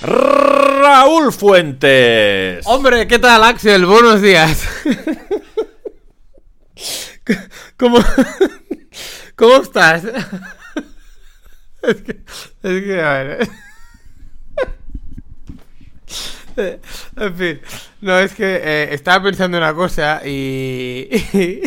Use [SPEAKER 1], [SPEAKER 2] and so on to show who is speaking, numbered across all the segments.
[SPEAKER 1] Raúl Fuentes.
[SPEAKER 2] Hombre, ¿qué tal, Axel? Buenos días. ¿Cómo, ¿Cómo estás? Es que, es que, a ver. eh. En fin, no, es que eh, estaba pensando una cosa y. y,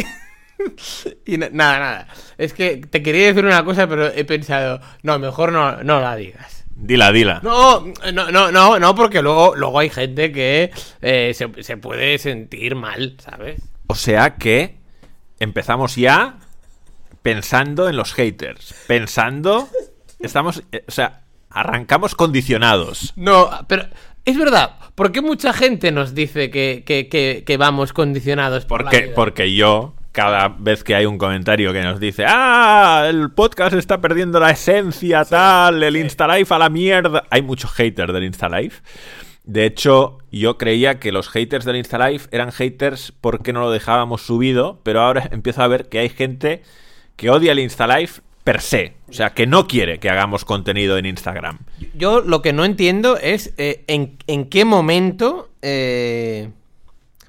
[SPEAKER 2] y na- nada, nada. Es que te quería decir una cosa, pero he pensado, no, mejor no, no la digas.
[SPEAKER 1] Dila, dila.
[SPEAKER 2] No, no, no, no, no, porque luego, luego hay gente que eh, se, se puede sentir mal, ¿sabes?
[SPEAKER 1] O sea que empezamos ya pensando en los haters. Pensando. Estamos. eh, o sea, arrancamos condicionados.
[SPEAKER 2] No, pero es verdad, ¿por qué mucha gente nos dice que, que, que, que vamos condicionados por la
[SPEAKER 1] Porque,
[SPEAKER 2] vida?
[SPEAKER 1] porque yo, cada vez que hay un comentario que nos dice, ah, el podcast está perdiendo la esencia, tal, el InstaLife a la mierda. Hay muchos haters del InstaLife. De hecho, yo creía que los haters del InstaLife eran haters porque no lo dejábamos subido, pero ahora empiezo a ver que hay gente que odia el InstaLife per se. O sea, que no quiere que hagamos contenido en Instagram.
[SPEAKER 2] Yo lo que no entiendo es eh, en, en qué momento... eh,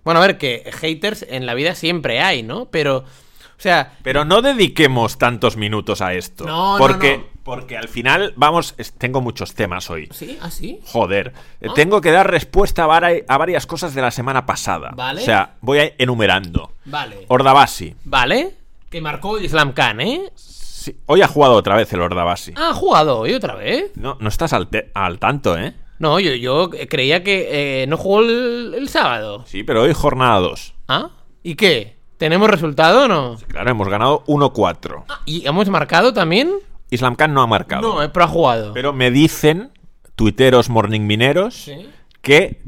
[SPEAKER 2] Bueno, a ver, que haters en la vida siempre hay, ¿no? Pero, o sea,
[SPEAKER 1] Pero no dediquemos tantos minutos a esto.
[SPEAKER 2] No, no,
[SPEAKER 1] porque,
[SPEAKER 2] no.
[SPEAKER 1] porque al final, vamos, es- tengo muchos temas hoy.
[SPEAKER 2] ¿sí? ¿Así?
[SPEAKER 1] Joder, eh, tengo que dar respuesta a, vari- a varias cosas de la semana pasada.
[SPEAKER 2] Vale.
[SPEAKER 1] O sea, voy a- enumerando.
[SPEAKER 2] Vale.
[SPEAKER 1] Ordabasi.
[SPEAKER 2] ¿Vale? Que marcó Islam Khan, ¿eh?
[SPEAKER 1] Sí, hoy ha jugado otra vez el Ordabasi.
[SPEAKER 2] Ah, ha jugado hoy otra vez.
[SPEAKER 1] No, no estás al, te- al tanto, ¿eh?
[SPEAKER 2] No, yo, yo creía que eh, no jugó el, el sábado.
[SPEAKER 1] Sí, pero hoy jornada 2.
[SPEAKER 2] ¿Ah? ¿Y qué? ¿Tenemos resultado o no?
[SPEAKER 1] Claro, hemos ganado 1-4.
[SPEAKER 2] Ah, ¿Y hemos marcado también?
[SPEAKER 1] Islam Khan no ha marcado.
[SPEAKER 2] No, eh, pero ha jugado.
[SPEAKER 1] Pero me dicen, tuiteros morning mineros,
[SPEAKER 2] Sí.
[SPEAKER 1] que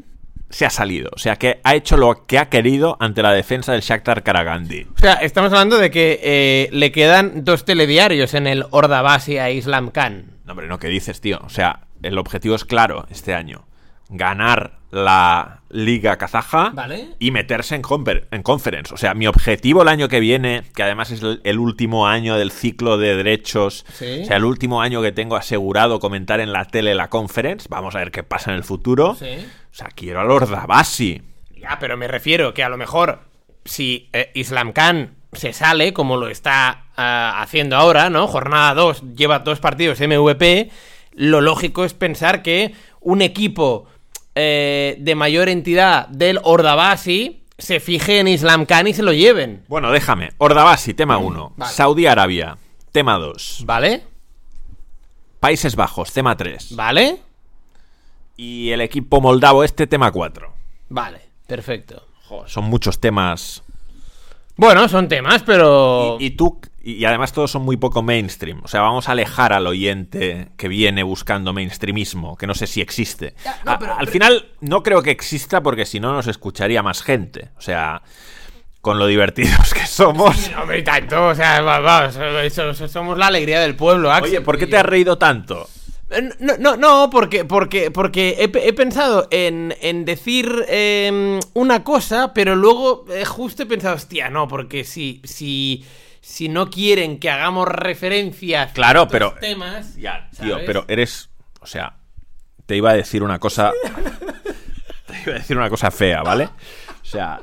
[SPEAKER 1] se ha salido. O sea, que ha hecho lo que ha querido ante la defensa del Shakhtar Karagandhi.
[SPEAKER 2] O sea, estamos hablando de que eh, le quedan dos telediarios en el Ordabasi a Islam Khan.
[SPEAKER 1] No, hombre, no, ¿qué dices, tío? O sea, el objetivo es claro este año. Ganar la Liga Kazaja
[SPEAKER 2] Vale.
[SPEAKER 1] y meterse en, comper- en Conference. O sea, mi objetivo el año que viene, que además es el, el último año del ciclo de derechos,
[SPEAKER 2] Sí.
[SPEAKER 1] o sea, el último año que tengo asegurado comentar en la tele la Conference, vamos a ver qué pasa en el futuro.
[SPEAKER 2] Sí.
[SPEAKER 1] O sea, quiero al Ordabasi.
[SPEAKER 2] Ya, pero me refiero que a lo mejor si eh, Islam Khan se sale, como lo está ah, haciendo ahora, ¿no? Jornada 2, lleva dos partidos MVP, lo lógico es pensar que un equipo eh, de mayor entidad del Ordabasi se fije en Islam Khan y se lo lleven,
[SPEAKER 1] Bueno, déjame. Ordabasi, tema 1.
[SPEAKER 2] Mm, vale.
[SPEAKER 1] Saudi Arabia, tema 2.
[SPEAKER 2] ¿vale?
[SPEAKER 1] Países Bajos, tema 3.
[SPEAKER 2] ¿Vale?
[SPEAKER 1] Y el equipo moldavo este, tema 4.
[SPEAKER 2] Vale, perfecto.
[SPEAKER 1] Joder, son muchos temas.
[SPEAKER 2] Bueno, son temas, pero...
[SPEAKER 1] Y, y tú, y además todos son muy poco mainstream. O sea, vamos a alejar al oyente que viene buscando mainstreamismo, que no sé si existe.
[SPEAKER 2] Ya, no,
[SPEAKER 1] A-
[SPEAKER 2] pero-
[SPEAKER 1] al
[SPEAKER 2] pero-
[SPEAKER 1] final no creo que exista porque si no nos escucharía más gente. O sea, con lo divertidos que somos.
[SPEAKER 2] No, hombre, y tanto, o sea, va- vamos, so- so- somos la alegría del pueblo, Axel.
[SPEAKER 1] Oye, ¿por qué te has reído tanto?
[SPEAKER 2] Eh, No, no, no, porque, porque, porque he, pe- he pensado en, en decir em, una cosa, pero luego eh, justo he pensado, hostia, no, porque si, si, si no quieren que hagamos referencia a
[SPEAKER 1] Claro,
[SPEAKER 2] ciertos
[SPEAKER 1] pero-
[SPEAKER 2] temas,
[SPEAKER 1] Ya, tío,
[SPEAKER 2] ¿sabes?
[SPEAKER 1] pero eres. O sea, te iba a decir una cosa. te iba a decir una cosa fea, ¿vale? O sea,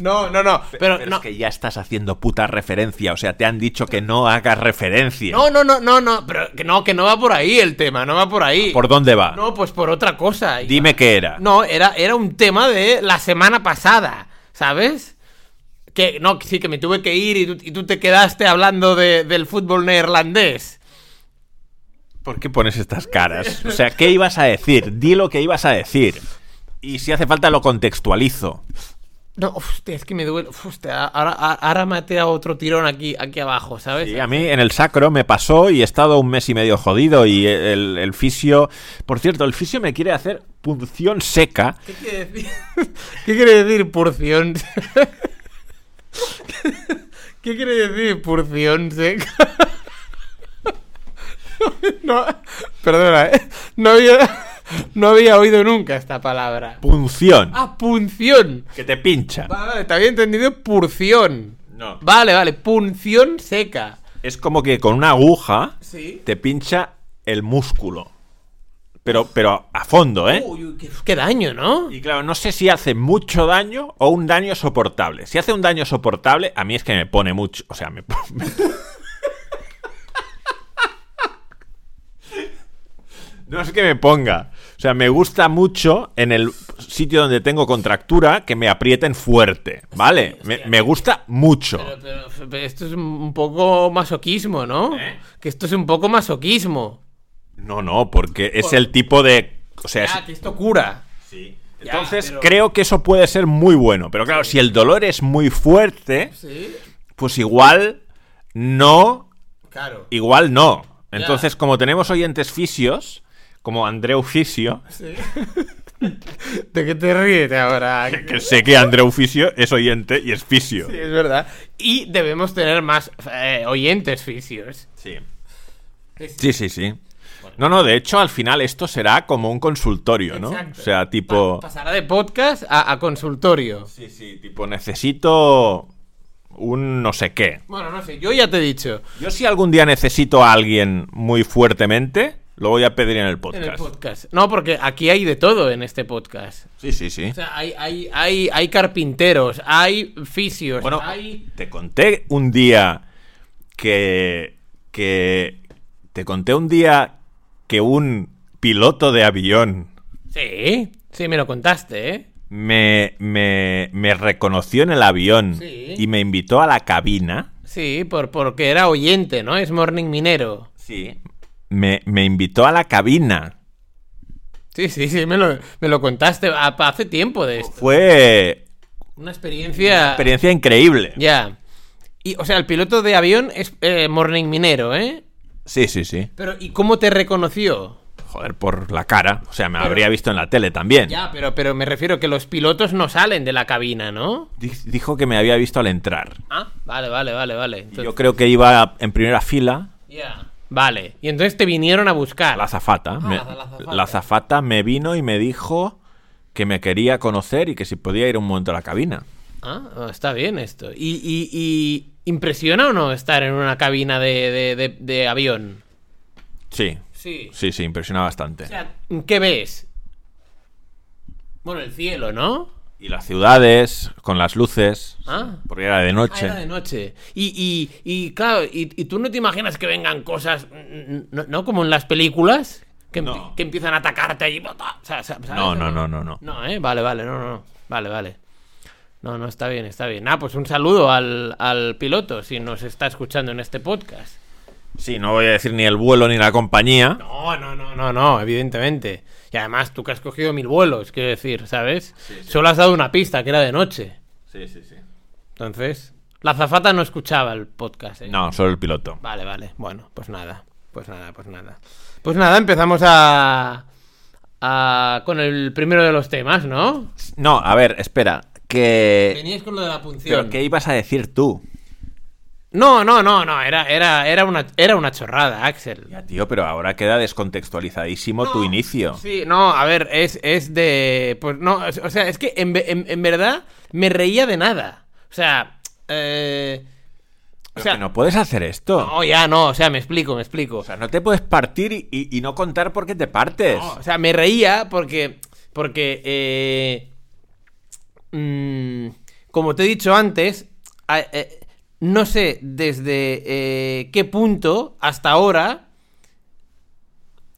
[SPEAKER 2] No, no, no, pero,
[SPEAKER 1] Pero
[SPEAKER 2] no,
[SPEAKER 1] es que ya estás haciendo puta referencia. O sea, te han dicho que no hagas referencia.
[SPEAKER 2] no, no, no, no, no, pero que no, que no va por ahí el tema, no va por ahí.
[SPEAKER 1] ¿Por dónde va?
[SPEAKER 2] No, pues por otra cosa.
[SPEAKER 1] Dime qué era.
[SPEAKER 2] No, era, era un tema de la semana pasada, ¿sabes? Que no, que sí, que me tuve que ir y tú, y tú te quedaste hablando de- del fútbol neerlandés.
[SPEAKER 1] ¿Por qué pones estas caras? O sea, ¿qué ibas a decir? Di lo que ibas a decir. Y si hace falta lo contextualizo.
[SPEAKER 2] No, hostia, es que me duele. Hostia, ahora, a- ahora me ha tirado otro tirón aquí, aquí abajo, ¿sabes?
[SPEAKER 1] Y a mí en el sacro me pasó y he estado un mes y medio jodido y el, el fisio... Por cierto, el fisio me quiere hacer punción seca.
[SPEAKER 2] ¿Qué quiere decir? ¿Qué quiere decir porción? ¿Qué quiere decir porción seca? No, perdona, ¿eh? no había, no había oído nunca esta palabra.
[SPEAKER 1] Punción.
[SPEAKER 2] Ah, punción.
[SPEAKER 1] Que te pincha.
[SPEAKER 2] Vale, vale, te había entendido purción.
[SPEAKER 1] No.
[SPEAKER 2] Vale, vale, punción seca.
[SPEAKER 1] Es como que con una aguja
[SPEAKER 2] Sí.
[SPEAKER 1] te pincha el músculo. pero, pero a fondo, ¿eh?
[SPEAKER 2] Uy, uy, qué, qué daño, ¿no?
[SPEAKER 1] Y claro, no sé si hace mucho daño o un daño soportable. Si hace un daño soportable, a mí es que me pone mucho. O sea, me. po- me- no es que me ponga. O sea, me gusta mucho en el sitio donde tengo contractura que me aprieten fuerte, ¿vale? Me, me gusta mucho.
[SPEAKER 2] Pero, pero- pero esto es un poco masoquismo, ¿no? Que esto es un poco masoquismo.
[SPEAKER 1] No, no, porque es el tipo de. O sea, es-
[SPEAKER 2] Ah, que esto cura. Ya,
[SPEAKER 1] entonces
[SPEAKER 2] pero-
[SPEAKER 1] creo que eso puede ser muy bueno. Pero claro, si el dolor es muy fuerte.
[SPEAKER 2] Sí,
[SPEAKER 1] Pues igual no,
[SPEAKER 2] claro.
[SPEAKER 1] igual no. Entonces, como tenemos oyentes fisios, como Andreu Fisio,
[SPEAKER 2] ¿De qué te ríes ahora?
[SPEAKER 1] que sé que Andreu Fisio es oyente y es fisio.
[SPEAKER 2] Sí, es verdad. Y debemos tener más eh, oyentes fisios.
[SPEAKER 1] Sí. Sí, sí, sí. No, no, de hecho, al final esto será como un consultorio, ¿no?
[SPEAKER 2] Exacto.
[SPEAKER 1] O sea, tipo.
[SPEAKER 2] Pa- pasará de podcast a, a consultorio.
[SPEAKER 1] Sí, sí, tipo, necesito un no sé qué.
[SPEAKER 2] Bueno, no sé, yo ya te he dicho
[SPEAKER 1] Yo, si algún día necesito a alguien muy fuertemente, lo voy a pedir en el
[SPEAKER 2] en el
[SPEAKER 1] podcast.
[SPEAKER 2] podcast. No, porque aquí hay de todo en este podcast.
[SPEAKER 1] Sí, sí, sí.
[SPEAKER 2] O sea, hay, hay, hay, hay carpinteros, hay fisios,
[SPEAKER 1] Bueno,
[SPEAKER 2] hay...
[SPEAKER 1] te conté un día que, que. Te conté un día que un piloto de avión
[SPEAKER 2] Sí, sí, me lo contaste, ¿eh?
[SPEAKER 1] me, me, me reconoció en el avión
[SPEAKER 2] Sí.
[SPEAKER 1] y me invitó a la cabina.
[SPEAKER 2] Sí, por, porque era oyente, ¿no? Es Morning Minero.
[SPEAKER 1] Sí. Me, me invitó a la cabina.
[SPEAKER 2] Sí, sí, sí, me lo, me lo contaste a- hace tiempo de esto.
[SPEAKER 1] Fue
[SPEAKER 2] Una experiencia...
[SPEAKER 1] experiencia increíble.
[SPEAKER 2] Ya. Y, o sea, el piloto de avión es eh, Morning Minero, ¿eh?
[SPEAKER 1] Sí, sí, sí.
[SPEAKER 2] Pero, ¿y cómo te reconoció?
[SPEAKER 1] Joder, por la cara. O sea, me habría visto en la tele también.
[SPEAKER 2] Ya, pero, pero me refiero que los pilotos no salen de la cabina, ¿no?
[SPEAKER 1] Di- Dijo que me había visto al entrar.
[SPEAKER 2] Ah, vale, vale, vale, vale.
[SPEAKER 1] Y
[SPEAKER 2] Entonces-
[SPEAKER 1] yo creo que iba en primera fila.
[SPEAKER 2] Ya. Vale, y entonces te vinieron a buscar.
[SPEAKER 1] La azafata. me-
[SPEAKER 2] Ah, la- la azafata.
[SPEAKER 1] la azafata me vino y me dijo que me quería conocer y que si podía ir un momento a la cabina.
[SPEAKER 2] Ah, está bien esto. ¿Y, y, y impresiona o no estar en una cabina de, de- de- de avión?
[SPEAKER 1] Sí,
[SPEAKER 2] Sí.
[SPEAKER 1] sí, sí, impresiona bastante.
[SPEAKER 2] O sea, ¿qué ves? Bueno, el cielo, ¿no?
[SPEAKER 1] Y las ciudades, con las luces,
[SPEAKER 2] Ah.
[SPEAKER 1] porque era de
[SPEAKER 2] Ah,
[SPEAKER 1] noche.
[SPEAKER 2] era de noche. Y, y, y claro, y, y tú no te imaginas que vengan cosas, mm, ¿no? ¿no? Como en las películas, que, empi-
[SPEAKER 1] No.
[SPEAKER 2] que empiezan a atacarte allí. o sea, ¿sabes?
[SPEAKER 1] No, no, no, no, no.
[SPEAKER 2] No, ¿eh? Vale, vale, no, no, no. Vale, vale. No, no, está bien, está bien. Ah, pues un saludo al, al piloto, si nos está escuchando en este podcast.
[SPEAKER 1] Sí, no voy a decir ni el vuelo ni la compañía.
[SPEAKER 2] No, no, no, no, no, evidentemente. Y además, tú que has cogido mil vuelos, quiero decir, ¿sabes? Solo has dado una pista, que era de noche.
[SPEAKER 1] Sí, sí, sí.
[SPEAKER 2] Entonces, la zafata no escuchaba el podcast, ¿eh?
[SPEAKER 1] No, solo el piloto.
[SPEAKER 2] Vale, vale. Bueno, pues nada. Pues nada, pues nada. Pues nada, empezamos a. a- con el primero de los temas, ¿no?
[SPEAKER 1] No, a ver, espera. Que.
[SPEAKER 2] Venías con lo de la
[SPEAKER 1] ¿Pero
[SPEAKER 2] punción.
[SPEAKER 1] qué ibas a decir tú?
[SPEAKER 2] No, no, no, no. Era, era, era, una, era una chorrada, Axel.
[SPEAKER 1] Ya, tío, pero ahora queda descontextualizadísimo tu inicio.
[SPEAKER 2] Sí, no, a ver, es, es de. Pues no, es- o sea, es que en, ve- en- en verdad me reía de nada. O sea. eh, o
[SPEAKER 1] Pero
[SPEAKER 2] sea,
[SPEAKER 1] que no puedes hacer esto.
[SPEAKER 2] no, ya no, o sea, me explico, me explico.
[SPEAKER 1] O sea, no te puedes partir y, y- y no contar por qué te partes.
[SPEAKER 2] No, o sea, me reía porque. Porque. eh, mm, como te he dicho antes, a- eh, no sé desde eh, qué punto hasta ahora.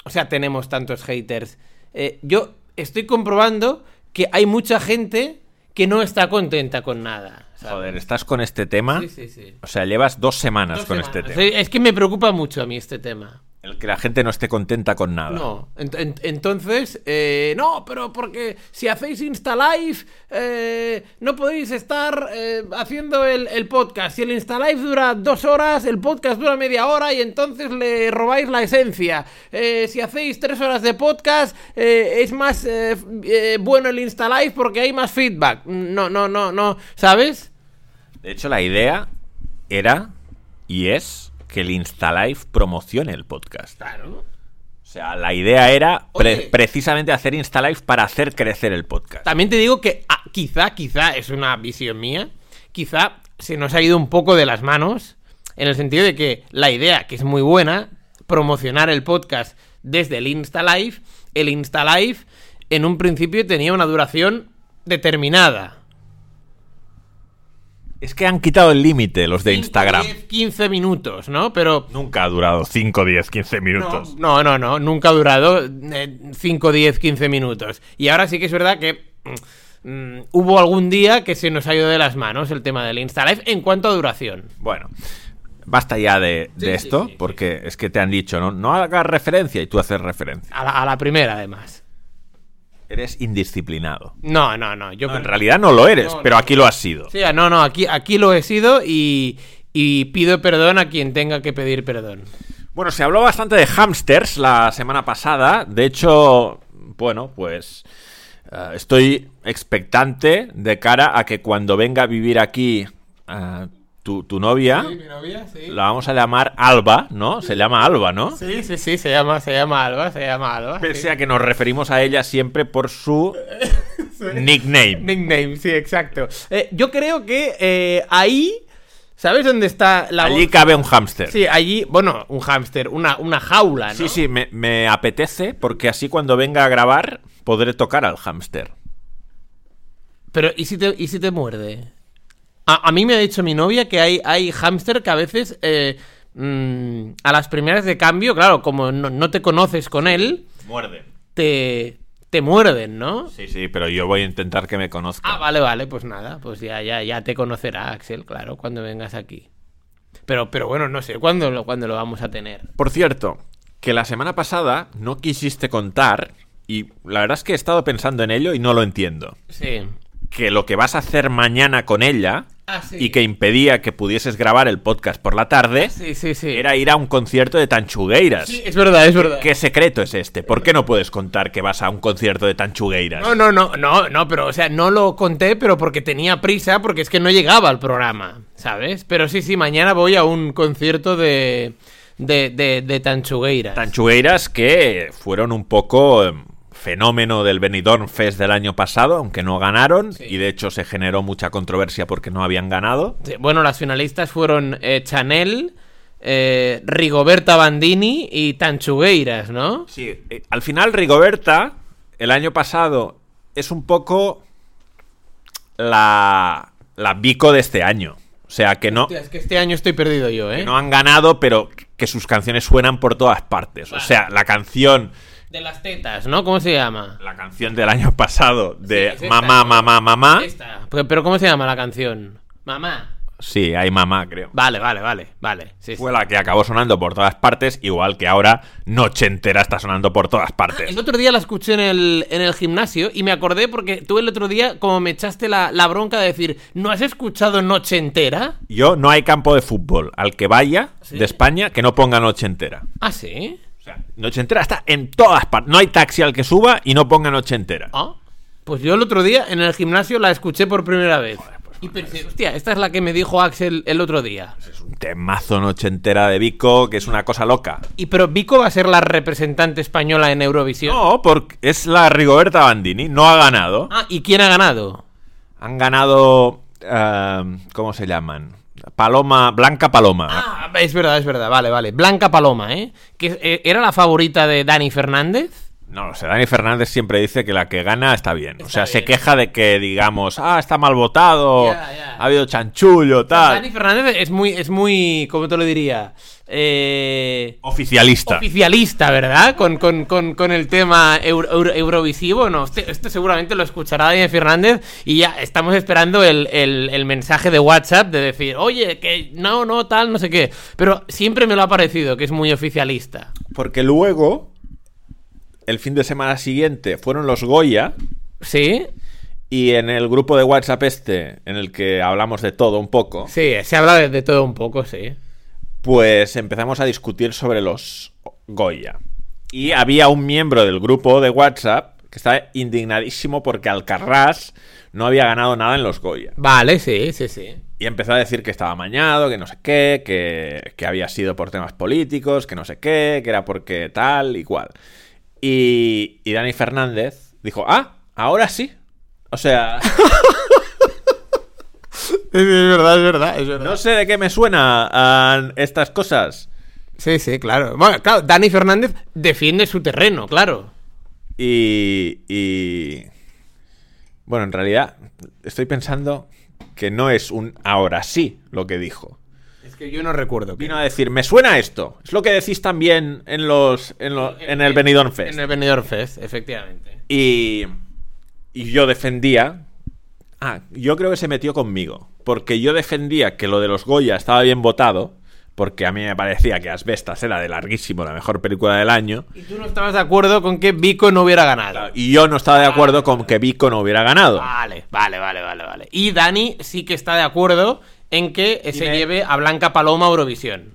[SPEAKER 2] O sea, tenemos tantos haters. Eh, yo estoy comprobando que hay mucha gente que no está contenta con nada. ¿sabes?
[SPEAKER 1] Joder, estás con este tema.
[SPEAKER 2] Sí, sí, sí.
[SPEAKER 1] O sea, llevas dos semanas
[SPEAKER 2] Dos
[SPEAKER 1] con
[SPEAKER 2] semanas.
[SPEAKER 1] este tema.
[SPEAKER 2] Sí, Es que me preocupa mucho a mí este tema.
[SPEAKER 1] El que la gente no esté contenta con nada.
[SPEAKER 2] No, ent- ent- entonces, eh, no, pero porque si hacéis Insta Live, eh, no podéis estar eh, haciendo el, el podcast. Si el Insta Live dura dos horas, el podcast dura media hora y entonces le robáis la esencia. Eh, si hacéis tres horas de podcast, eh, es más eh, f- eh, bueno el Insta Live porque hay más feedback. No, no, no, no, ¿sabes?
[SPEAKER 1] De hecho, la idea era y es que el InstaLife promocione el podcast.
[SPEAKER 2] Claro.
[SPEAKER 1] O sea, la idea era pre-
[SPEAKER 2] Oye.
[SPEAKER 1] precisamente hacer InstaLife para hacer crecer el podcast.
[SPEAKER 2] También te digo que ah, quizá, quizá, es una visión mía, quizá se nos ha ido un poco de las manos, en el sentido de que la idea, que es muy buena, promocionar el podcast desde el Insta Live, el Instalive en un principio tenía una duración determinada.
[SPEAKER 1] Es que han quitado el límite los de
[SPEAKER 2] Cinco,
[SPEAKER 1] Instagram.
[SPEAKER 2] 10, 15 minutos, ¿no? Pero
[SPEAKER 1] Nunca ha durado 5, 10, 15
[SPEAKER 2] no,
[SPEAKER 1] minutos.
[SPEAKER 2] no, no, no, nunca ha durado eh, 5, 10, 15 minutos. Y ahora sí que es verdad que mm, mm, hubo algún día que se nos ha ido de las manos el tema del Instalive en cuanto a duración.
[SPEAKER 1] Bueno, basta ya de, de
[SPEAKER 2] Sí, sí,
[SPEAKER 1] esto,
[SPEAKER 2] sí, sí,
[SPEAKER 1] porque es que te han dicho, ¿no? No hagas referencia y tú haces referencia.
[SPEAKER 2] A la, a la primera, además.
[SPEAKER 1] Eres indisciplinado.
[SPEAKER 2] No, no, no. Yo
[SPEAKER 1] No,
[SPEAKER 2] creo-
[SPEAKER 1] en realidad no lo eres,
[SPEAKER 2] No, no.
[SPEAKER 1] pero aquí lo has sido.
[SPEAKER 2] Sí, ah, no, no, aquí, aquí lo he sido y, y pido perdón a quien tenga que pedir perdón.
[SPEAKER 1] Bueno, se habló bastante de hamsters la semana pasada. De hecho, bueno, pues eh, estoy expectante de cara a que cuando venga a vivir aquí eh, tu, tu novia, la vamos a llamar Alba, ¿no? Se llama Alba, ¿no?
[SPEAKER 2] Sí, sí, sí, se llama, se llama Alba, se llama Alba. sí.
[SPEAKER 1] Pese a que nos referimos a ella siempre por su nickname.
[SPEAKER 2] Nickname, sí, exacto. Eh, yo creo que eh, ahí, ¿sabes dónde está la
[SPEAKER 1] Allí
[SPEAKER 2] voz?
[SPEAKER 1] cabe un hámster.
[SPEAKER 2] Sí, allí, bueno, un hámster, una, una jaula, ¿no?
[SPEAKER 1] Sí, sí, me, me apetece porque así cuando venga a grabar podré tocar al hámster.
[SPEAKER 2] Pero, ¿y si te, y si te muerde? A, a mí me ha dicho mi novia que hay, hay hámster que a veces, eh, mm, a las primeras de cambio, claro, como no, no te conoces con él,
[SPEAKER 1] Muerde.
[SPEAKER 2] te, te muerden, ¿no?
[SPEAKER 1] Sí, sí, pero yo voy a intentar que me conozca.
[SPEAKER 2] Ah, vale, vale, pues nada, pues ya, ya, ya te conocerá Axel, claro, cuando vengas aquí. Pero, pero bueno, no sé, ¿cuándo lo, cuándo lo vamos a tener?
[SPEAKER 1] Por cierto, que la semana pasada no quisiste contar, y la verdad es que he estado pensando en ello y no lo entiendo.
[SPEAKER 2] Sí.
[SPEAKER 1] Que lo que vas a hacer mañana con ella,
[SPEAKER 2] Ah, sí. Ah,
[SPEAKER 1] y que impedía que pudieses grabar el podcast por la tarde,
[SPEAKER 2] Sí, sí, sí.
[SPEAKER 1] era ir a un concierto de Tanchugueiras.
[SPEAKER 2] Sí, es verdad, es verdad.
[SPEAKER 1] ¿Qué secreto es este? ¿Por qué no puedes contar que vas a un concierto de Tanchugueiras?
[SPEAKER 2] No, no, no, no, no, pero, o sea, no lo conté, pero porque tenía prisa, porque es que no llegaba al programa, ¿sabes? Pero sí, sí, mañana voy a un concierto de. de, de, de Tanchugueiras.
[SPEAKER 1] Tanchugueiras que fueron un poco em, fenómeno del Benidorm Fest del año pasado, aunque no ganaron, y de hecho se generó mucha controversia porque no habían ganado.
[SPEAKER 2] Sí, Bueno, las finalistas fueron eh, Chanel, eh, Rigoberta Bandini y Tanchugueiras, ¿no?
[SPEAKER 1] Sí, eh, al final Rigoberta, el año pasado, es un poco la, la bico de este año. O sea, que no,
[SPEAKER 2] Hostia, es que este año estoy perdido yo, ¿eh?
[SPEAKER 1] que no han ganado, pero que sus canciones suenan por todas partes. O sea, la canción,
[SPEAKER 2] De las tetas, ¿no? ¿Cómo se llama?
[SPEAKER 1] la canción del año pasado
[SPEAKER 2] Sí,
[SPEAKER 1] de
[SPEAKER 2] es esta,
[SPEAKER 1] Mamá,
[SPEAKER 2] ¿no?
[SPEAKER 1] Mamá,
[SPEAKER 2] ¿Ah?
[SPEAKER 1] Mamá.
[SPEAKER 2] Esta. Pero, pero ¿cómo se llama la canción? Mamá.
[SPEAKER 1] Sí, hay Mamá, creo.
[SPEAKER 2] Vale, vale, vale, vale. Sí, sí.
[SPEAKER 1] Fue la que acabó sonando por todas partes, igual que ahora Noche entera está sonando por todas partes.
[SPEAKER 2] El otro día la escuché en el, en el gimnasio y me acordé porque tú el otro día como me echaste la, la bronca de decir, ¿no has escuchado Noche entera?
[SPEAKER 1] Yo no hay campo de fútbol al que vaya
[SPEAKER 2] ¿Sí?
[SPEAKER 1] de España que no ponga Noche entera.
[SPEAKER 2] Ah, sí.
[SPEAKER 1] O sea, noche entera está en todas partes. No hay taxi al que suba y no ponga noche entera.
[SPEAKER 2] Ah. Pues yo el otro día en el gimnasio la escuché por primera vez. y pensé, hostia, esta es la que me dijo Axel el otro día.
[SPEAKER 1] Es un temazo noche entera de Vico, que es una cosa loca.
[SPEAKER 2] Y pero Vico va a ser la representante española en Eurovisión.
[SPEAKER 1] No, porque es la Rigoberta Bandini, no ha ganado.
[SPEAKER 2] Ah, ¿y quién ha ganado?
[SPEAKER 1] Han ganado. eh, ¿Cómo se llaman? Paloma, Blanca Paloma.
[SPEAKER 2] Ah, es verdad, es verdad, vale, vale. Blanca Paloma, ¿eh? Que eh, era la favorita de Dani Fernández.
[SPEAKER 1] No lo sé, Dani Fernández siempre dice que la que gana está bien. o
[SPEAKER 2] Está
[SPEAKER 1] sea, se
[SPEAKER 2] bien.
[SPEAKER 1] queja de que digamos, ah, está mal votado,
[SPEAKER 2] Ya, ya.
[SPEAKER 1] ha habido chanchullo, tal.
[SPEAKER 2] Dani Fernández es muy, es muy, ¿cómo te lo diría? Eh,
[SPEAKER 1] Oficialista.
[SPEAKER 2] oficialista, ¿verdad? Con, con- con- con el tema euro- euro- eurovisivo, ¿no? Este, esto seguramente lo escuchará Daniel Fernández y ya estamos esperando el, el- el mensaje de WhatsApp de decir, oye, que no, no, tal, no sé qué. Pero siempre me lo ha parecido que es muy oficialista.
[SPEAKER 1] Porque luego, el fin de semana siguiente, fueron los Goya.
[SPEAKER 2] ¿Sí?
[SPEAKER 1] Y en el grupo de WhatsApp este, en el que hablamos de todo un poco,
[SPEAKER 2] Sí, se habla de, de todo un poco, sí.
[SPEAKER 1] pues empezamos a discutir sobre los Goya. Y había un miembro del grupo de WhatsApp que estaba indignadísimo porque Alcarrás no había ganado nada en los Goya.
[SPEAKER 2] Vale, sí, sí, sí.
[SPEAKER 1] Y empezó a decir que estaba mañado, que no sé qué, que, que había sido por temas políticos, que no sé qué, que era porque tal y cual. Y, y Dani Fernández dijo, ah, ahora sí. O sea...
[SPEAKER 2] Es verdad, es verdad, es verdad.
[SPEAKER 1] No sé de qué me suena ah, estas cosas.
[SPEAKER 2] Sí, sí, claro. Bueno, claro, Dani Fernández defiende su terreno, claro.
[SPEAKER 1] Y, y- Bueno, en realidad estoy pensando que no es un ahora sí lo que dijo.
[SPEAKER 2] Es que yo no recuerdo.
[SPEAKER 1] Vino a decir, me suena esto. Es lo que decís también en los en, lo- en el Benidorm Fest.
[SPEAKER 2] En el Benidorm Fest, efectivamente.
[SPEAKER 1] Y, y yo defendía. Ah, yo creo que se metió conmigo. Porque yo defendía que lo de los Goya estaba bien votado. Porque a mí me parecía que Asbestas era de larguísimo la mejor película del año.
[SPEAKER 2] Y tú no estabas de acuerdo con que Vico no hubiera ganado.
[SPEAKER 1] Y yo no estaba de acuerdo con que Vico no hubiera ganado.
[SPEAKER 2] Vale, vale, vale, vale, vale. Y Dani sí que está de acuerdo en que se
[SPEAKER 1] me-
[SPEAKER 2] lleve a Blanca Paloma a Eurovisión.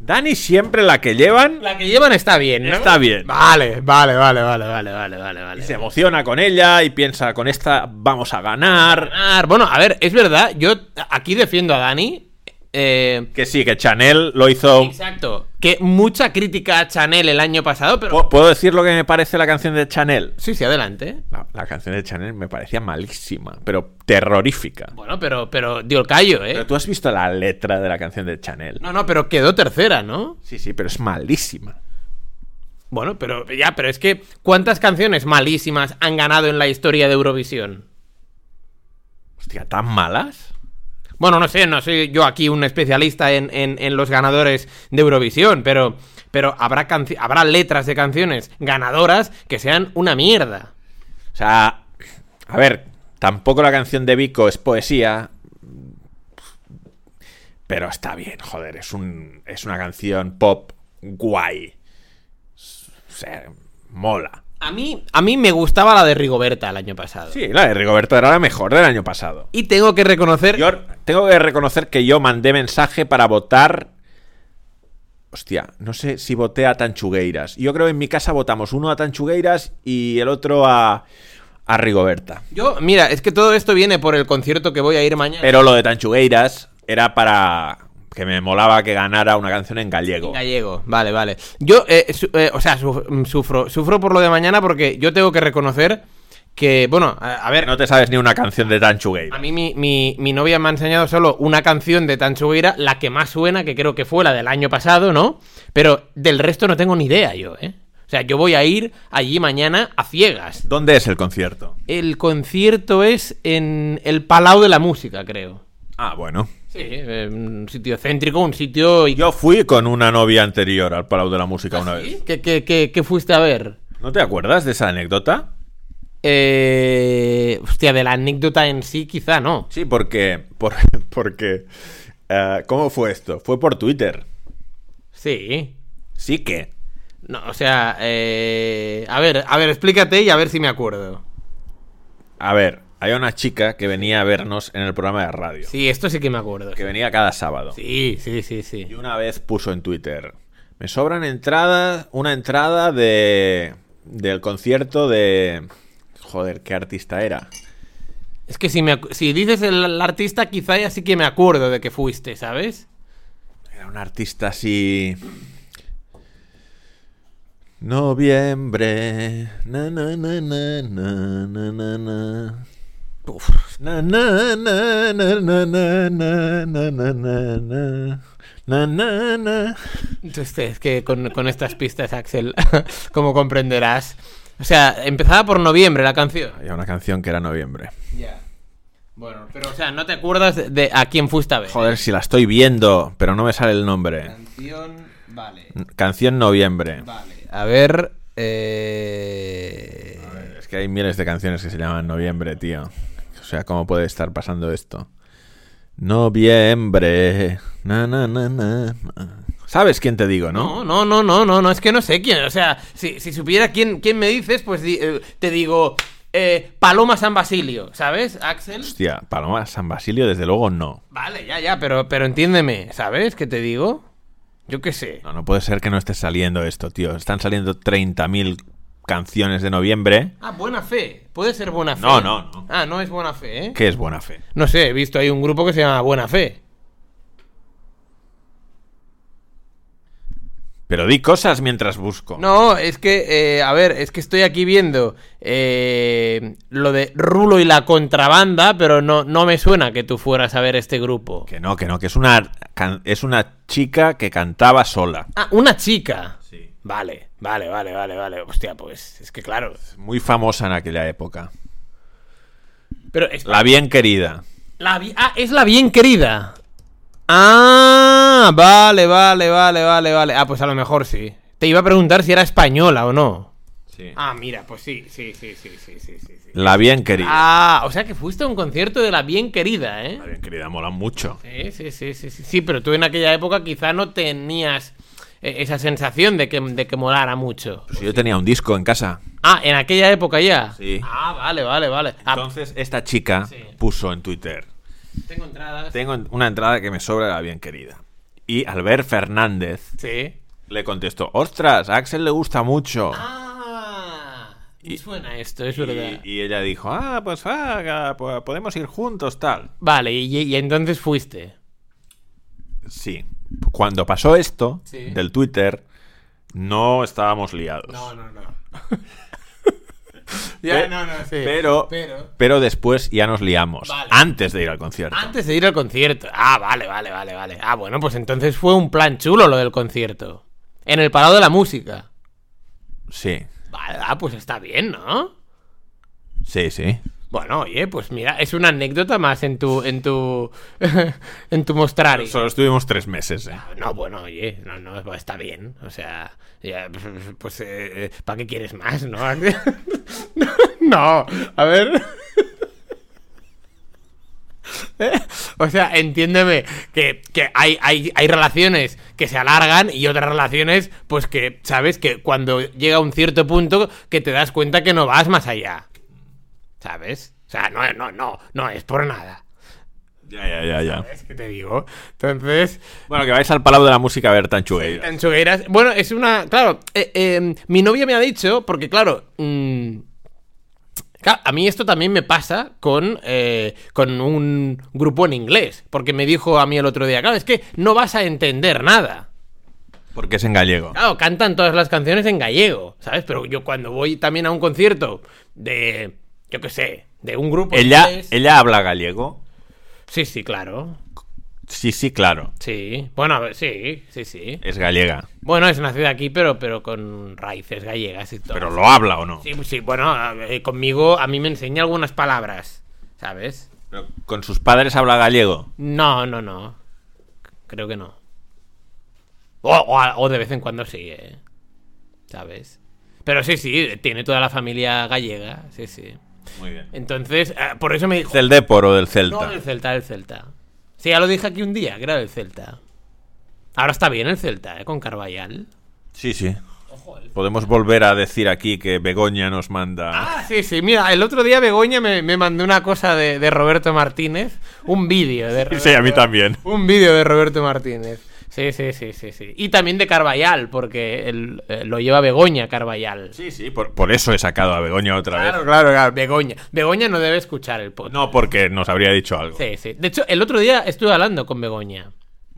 [SPEAKER 1] Dani siempre la que llevan
[SPEAKER 2] La que llevan está bien, ¿no?
[SPEAKER 1] Está bien.
[SPEAKER 2] Vale, vale, vale, vale, vale, vale, vale, vale.
[SPEAKER 1] se emociona con ella y piensa con esta vamos a ganar.
[SPEAKER 2] Ah, Bueno, a ver, es verdad, yo aquí defiendo a Dani. eh,
[SPEAKER 1] Que sí, que Chanel lo hizo...
[SPEAKER 2] exacto. Que mucha crítica a Chanel el año pasado, pero...
[SPEAKER 1] ¿Puedo- ¿Puedo decir lo que me parece la canción de Chanel?
[SPEAKER 2] Sí, sí, adelante.
[SPEAKER 1] La, la canción de Chanel me parecía malísima, pero terrorífica.
[SPEAKER 2] Bueno, pero, pero dio el callo, ¿eh?
[SPEAKER 1] Pero tú has visto la letra de la canción de Chanel.
[SPEAKER 2] No, no, pero quedó tercera, ¿no?
[SPEAKER 1] Sí, sí, pero es malísima.
[SPEAKER 2] Bueno, pero ya, pero es que ¿cuántas canciones malísimas han ganado en la historia de Eurovisión?
[SPEAKER 1] Hostia, ¿tan malas?
[SPEAKER 2] Bueno, no sé, no soy yo aquí un especialista en, en- en los ganadores de Eurovisión, pero, pero habrá, canci- habrá letras de canciones ganadoras que sean una mierda.
[SPEAKER 1] O sea, a ver, tampoco la canción de Vico es poesía. Pero está bien, joder, es, un, es una canción pop guay. O sea, mola.
[SPEAKER 2] A mí, a mí me gustaba la de Rigoberta el año pasado.
[SPEAKER 1] Sí, la de Rigoberto era la mejor del año pasado.
[SPEAKER 2] Y tengo que reconocer...
[SPEAKER 1] Yo tengo que reconocer que yo mandé mensaje para votar. Hostia, no sé si voté a Tanchugueiras. Yo creo que en mi casa votamos uno a Tanchugueiras y el otro a, a Rigoberta.
[SPEAKER 2] Yo, mira, es que todo esto viene por el concierto que voy a ir mañana.
[SPEAKER 1] Pero lo de Tanchugueiras era para que me molaba que ganara una canción en
[SPEAKER 2] En
[SPEAKER 1] gallego.
[SPEAKER 2] Gallego, vale, vale. Yo, eh, su- eh, o sea, su- mm, sufro, sufro por lo de mañana porque yo tengo que reconocer que, bueno, a, a ver,
[SPEAKER 1] No te sabes ni una canción de
[SPEAKER 2] a
[SPEAKER 1] Tanchugueiras.
[SPEAKER 2] mí mi, mi- mi novia me ha enseñado solo una canción de Tanchugueira, la que más suena, que creo que fue la del año pasado, ¿no? Pero del resto no tengo ni idea yo, ¿eh? O sea, yo voy a ir allí mañana a ciegas.
[SPEAKER 1] ¿Dónde es el concierto?
[SPEAKER 2] El concierto es en el Palau de la Música, creo.
[SPEAKER 1] Ah, bueno.
[SPEAKER 2] Sí, eh, un sitio céntrico, un sitio...
[SPEAKER 1] Yo fui con una novia anterior al Palau de la Música una vez.
[SPEAKER 2] ¿Qué- qué- qué- qué fuiste a ver?
[SPEAKER 1] ¿No te acuerdas de esa anécdota?
[SPEAKER 2] Eh, hostia, de la anécdota en sí, quizá no.
[SPEAKER 1] Sí, porque. por- porque. eh, ¿Cómo fue esto? Fue por Twitter.
[SPEAKER 2] Sí.
[SPEAKER 1] Sí que.
[SPEAKER 2] No, o sea, eh, a ver, a ver, explícate y a ver si me acuerdo.
[SPEAKER 1] A ver, hay una chica que venía a vernos en el programa de radio.
[SPEAKER 2] Sí, esto sí que me acuerdo.
[SPEAKER 1] Que venía cada sábado.
[SPEAKER 2] Sí, sí, sí, sí.
[SPEAKER 1] Y una vez puso en Twitter. Me sobran entradas. Una entrada de. Del concierto de. Joder, ¿qué artista era?
[SPEAKER 2] Es que si, me, acu- si dices el, el artista, quizá ya sí que me acuerdo de que fuiste, ¿sabes?
[SPEAKER 1] Era un artista así. Noviembre. Na, na, na, na, na, na, na, na. Na, na, na, na, na, na, na, na, na, na, na. Na, na, na.
[SPEAKER 2] Entonces, es que con, con estas pistas, Axel, como comprenderás. O sea, empezaba por noviembre la canción.
[SPEAKER 1] Había una canción que era noviembre.
[SPEAKER 2] Ya. Bueno, pero o sea, no te acuerdas de, de a quién fuiste a ver.
[SPEAKER 1] Joder, si la estoy viendo, pero no me sale el nombre.
[SPEAKER 2] Canción, vale.
[SPEAKER 1] Canción noviembre.
[SPEAKER 2] Vale. A ver. eh,
[SPEAKER 1] Es que hay miles de canciones que se llaman Noviembre, tío. O sea, ¿cómo puede estar pasando esto? Noviembre. Na, na, na, na. ¿Sabes quién te digo, no?
[SPEAKER 2] No, no, no, no, no, no, es que no sé quién. O sea, si, si supiera quién, quién me dices, pues di- eh, te digo eh, Paloma San Basilio, ¿sabes, Axel?
[SPEAKER 1] Hostia, Paloma San Basilio, desde luego no.
[SPEAKER 2] Vale, ya, ya, pero, pero entiéndeme, ¿sabes qué te digo? Yo qué sé.
[SPEAKER 1] No, no puede ser que no esté saliendo esto, tío. Están saliendo 30.000 canciones de noviembre.
[SPEAKER 2] Ah, buena fe. Puede ser buena fe.
[SPEAKER 1] No, no, no.
[SPEAKER 2] Ah, no es buena fe, ¿eh?
[SPEAKER 1] ¿Qué es buena fe?
[SPEAKER 2] No sé, he visto ahí un grupo que se llama Buena Fe.
[SPEAKER 1] Pero di cosas mientras busco.
[SPEAKER 2] No, es que, eh, a ver, es que estoy aquí viendo eh, lo de Rulo y la contrabanda, pero no, no me suena que tú fueras a ver este grupo.
[SPEAKER 1] Que no, que no, que es una, can- es una chica que cantaba sola.
[SPEAKER 2] Ah, una chica.
[SPEAKER 1] Sí.
[SPEAKER 2] Vale, vale, vale, vale, vale. Hostia, pues es que claro.
[SPEAKER 1] Muy famosa en aquella época.
[SPEAKER 2] Pero es
[SPEAKER 1] La bien querida.
[SPEAKER 2] la vi- ah, es la bien querida. Ah, vale, vale, vale, vale, vale. Ah, pues a lo mejor sí. Te iba a preguntar si era española o no. Ah, mira, pues sí, sí, sí, sí, sí, sí, sí. sí.
[SPEAKER 1] La bien querida.
[SPEAKER 2] Ah, o sea que fuiste a un concierto de la bien querida, ¿eh?
[SPEAKER 1] La bien querida mola mucho.
[SPEAKER 2] Sí, sí, sí, sí, sí, sí, pero tú en aquella época quizá no tenías eh, esa sensación de que, de que molara mucho.
[SPEAKER 1] Pues yo tenía un disco en casa.
[SPEAKER 2] Ah, en aquella época ya.
[SPEAKER 1] Sí.
[SPEAKER 2] Ah, vale, vale, vale. Ah,
[SPEAKER 1] Entonces esta chica
[SPEAKER 2] Sí.
[SPEAKER 1] puso en Twitter.
[SPEAKER 2] tengo entradas.
[SPEAKER 1] Tengo en- una entrada que me sobra de la bien querida. Y Albert Fernández
[SPEAKER 2] Sí.
[SPEAKER 1] le contestó, ostras, a Axel le gusta mucho.
[SPEAKER 2] Ah, me suena esto, es verdad.
[SPEAKER 1] Y, y ella dijo, ah, pues, ah, pues podemos ir juntos, tal.
[SPEAKER 2] Vale, y, y entonces fuiste.
[SPEAKER 1] Sí. Cuando pasó esto
[SPEAKER 2] Sí.
[SPEAKER 1] del Twitter, no estábamos liados.
[SPEAKER 2] no, no.
[SPEAKER 1] Pe- Pero, pero después ya nos liamos.
[SPEAKER 2] Vale. Ah.
[SPEAKER 1] Antes de ir al concierto.
[SPEAKER 2] Antes de ir al concierto. Ah, vale, vale, vale, vale. Ah, bueno, pues entonces fue un plan chulo lo del concierto. En el Palau de la Música.
[SPEAKER 1] Sí.
[SPEAKER 2] Vale, ah, pues está bien, ¿no?
[SPEAKER 1] Sí, sí.
[SPEAKER 2] Bueno, oye, pues mira, es una anécdota más en tu. en tu. en tu mostrar.
[SPEAKER 1] Solo estuvimos tres meses, eh.
[SPEAKER 2] No, bueno, oye, no, no, está bien. O sea, ya, pues, pues, eh, ¿para qué quieres más, no? no, a ver. ¿Eh? O sea, entiéndeme que, que hay, hay, hay relaciones que se alargan y otras relaciones, pues que, ¿sabes? Que cuando llega a un cierto punto que te das cuenta que no vas más allá. ¿Sabes? O sea, no, no, no, no es por nada.
[SPEAKER 1] Ya, ya, ya, ya.
[SPEAKER 2] Es que te digo. Entonces,
[SPEAKER 1] Bueno, que vais al Palau de la Música a ver Tanchueira.
[SPEAKER 2] en Sugueiras. Bueno, es una. Claro, eh, eh, mi novia me ha dicho, porque claro. mm, claro, a mí esto también me pasa con, eh, con un grupo en inglés. Porque me dijo a mí el otro día, claro, es que no vas a entender nada.
[SPEAKER 1] Porque es en gallego.
[SPEAKER 2] Claro, cantan todas las canciones en gallego, ¿sabes? Pero yo cuando voy también a un concierto de. Yo qué sé, de un grupo.
[SPEAKER 1] Ella,
[SPEAKER 2] inglés-
[SPEAKER 1] ella habla gallego.
[SPEAKER 2] Sí, sí, claro.
[SPEAKER 1] Sí, sí, claro.
[SPEAKER 2] Sí. Bueno, a ver, sí, sí, sí.
[SPEAKER 1] Es gallega.
[SPEAKER 2] Bueno, es nacida aquí, pero, pero con raíces gallegas y todo.
[SPEAKER 1] Pero lo habla o no.
[SPEAKER 2] Sí, sí, bueno, eh, conmigo a mí me enseña algunas palabras, ¿sabes?
[SPEAKER 1] Pero con sus padres habla gallego.
[SPEAKER 2] No, no, no. Creo que no. O, o a- o de vez en cuando sí, ¿eh? ¿Sabes? Pero sí, sí, tiene toda la familia gallega, sí, sí.
[SPEAKER 1] Muy bien.
[SPEAKER 2] Entonces, eh, por eso me dijo...
[SPEAKER 1] ¿Del Depor o del Celta?
[SPEAKER 2] No, el Celta, el Celta. Sí, ya lo dije aquí un día, que era el Celta. Ahora está bien el Celta, ¿eh? Con Carvallal.
[SPEAKER 1] Sí, sí. Podemos volver a decir aquí que Begoña nos manda.
[SPEAKER 2] Ah, sí, sí. Mira, el otro día Begoña me, me mandó una cosa de, de Roberto Martínez. Un vídeo de Roberto.
[SPEAKER 1] Sí, a mí también.
[SPEAKER 2] Un vídeo de Roberto Martínez. Sí, sí, sí, sí, sí. Y también de Carballal, porque el- eh, lo lleva Begoña Carballal.
[SPEAKER 1] Sí, sí, por, por eso he sacado a Begoña otra
[SPEAKER 2] claro,
[SPEAKER 1] vez.
[SPEAKER 2] claro, claro. Begoña. Begoña no debe escuchar el podcast.
[SPEAKER 1] No, porque nos habría dicho algo.
[SPEAKER 2] Sí, sí. De hecho, el otro día estuve hablando con Begoña.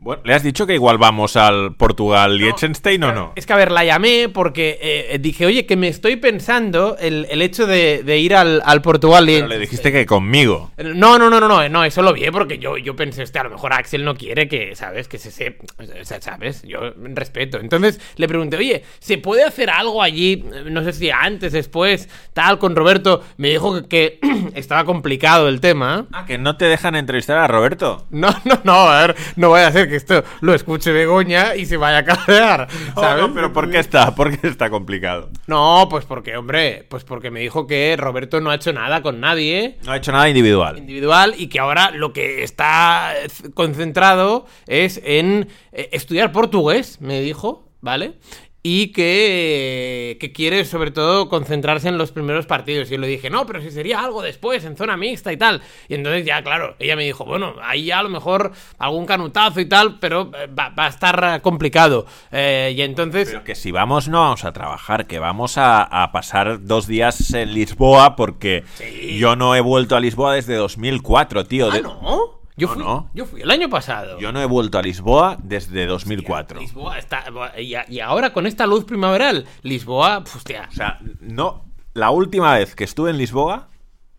[SPEAKER 1] Bueno, ¿le has dicho que igual vamos al Portugal Liechtenstein o no?
[SPEAKER 2] Es que, a ver, la llamé porque eh, dije, oye, que me estoy pensando el, el hecho de, de ir al, al Portugal. y-
[SPEAKER 1] Pero le dijiste que conmigo.
[SPEAKER 2] No, no, no, no, no, no, eso lo vi porque yo, yo pensé, este, a lo mejor Axel no quiere que, ¿sabes? Que se se, o sea, ¿sabes? Yo respeto. Entonces le pregunté, oye, ¿se puede hacer algo allí? No sé si antes, después, tal, con Roberto. Me dijo que, que estaba complicado el tema.
[SPEAKER 1] Ah, que no te dejan entrevistar a Roberto.
[SPEAKER 2] No, no, no, a ver, no vaya a ser que esto lo escuche Begoña y se vaya a cabrear,
[SPEAKER 1] Oh, No,
[SPEAKER 2] ¿sabes?
[SPEAKER 1] no, pero ¿por qué está? ¿Por qué está complicado?
[SPEAKER 2] No, pues porque, hombre, pues porque me dijo que Roberto no ha hecho nada con nadie.
[SPEAKER 1] No ha hecho nada individual.
[SPEAKER 2] individual y que ahora lo que está eh, concentrado es en eh, estudiar portugués, me dijo, ¿vale? Y que, eh, que quiere sobre todo concentrarse en los primeros partidos. Y yo le dije, no, pero si sería algo después, en zona mixta y tal. Y entonces ya, claro, ella me dijo, bueno, ahí ya a lo mejor algún canutazo y tal, pero eh, va, va a estar eh, complicado. Eh, y entonces...
[SPEAKER 1] Pero que si vamos no vamos a trabajar, que vamos a, a pasar dos días en Lisboa porque
[SPEAKER 2] Sí.
[SPEAKER 1] yo no he vuelto a Lisboa desde 2004, tío.
[SPEAKER 2] Ah,
[SPEAKER 1] De-
[SPEAKER 2] no. Yo
[SPEAKER 1] No,
[SPEAKER 2] fui,
[SPEAKER 1] no.
[SPEAKER 2] yo fui el año pasado.
[SPEAKER 1] Yo no he vuelto a Lisboa desde 2004.
[SPEAKER 2] Lisboa está. Y, a- y ahora con esta luz primaveral, Lisboa, pf, hostia.
[SPEAKER 1] O sea, no. La última vez que estuve en Lisboa,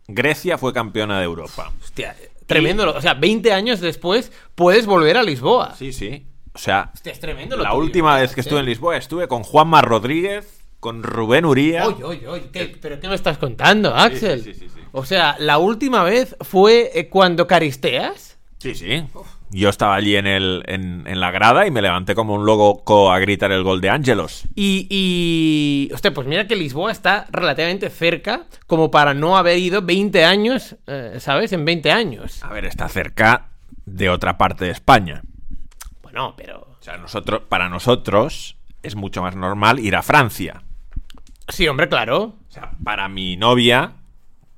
[SPEAKER 1] Grecia fue campeona de Europa.
[SPEAKER 2] hostia, tremendo. O sea, 20 años después puedes volver a Lisboa.
[SPEAKER 1] Sí, sí. O sea,
[SPEAKER 2] Hostia, es tremendo lo
[SPEAKER 1] la
[SPEAKER 2] tuyo,
[SPEAKER 1] última
[SPEAKER 2] ¿eh?
[SPEAKER 1] vez que estuve en Lisboa estuve con Juanma Rodríguez, con Rubén Uría.
[SPEAKER 2] Oye, oye, oye, ¿qué- ¿pero qué me estás contando, Axel?
[SPEAKER 1] sí, sí, sí.
[SPEAKER 2] O sea, la última vez fue eh, cuando caristeas.
[SPEAKER 1] Sí, sí. Yo estaba allí en, el, en, en la grada y me levanté como un loco a gritar el gol de Ángelos.
[SPEAKER 2] Y, y. Hostia, pues mira que Lisboa está relativamente cerca, como para no haber ido 20 años, eh, ¿sabes? En 20 años.
[SPEAKER 1] A ver, está cerca de otra parte de España.
[SPEAKER 2] Bueno, pero.
[SPEAKER 1] O sea, nosotros, para nosotros es mucho más normal ir a Francia.
[SPEAKER 2] Sí, hombre, claro.
[SPEAKER 1] O sea, para mi novia,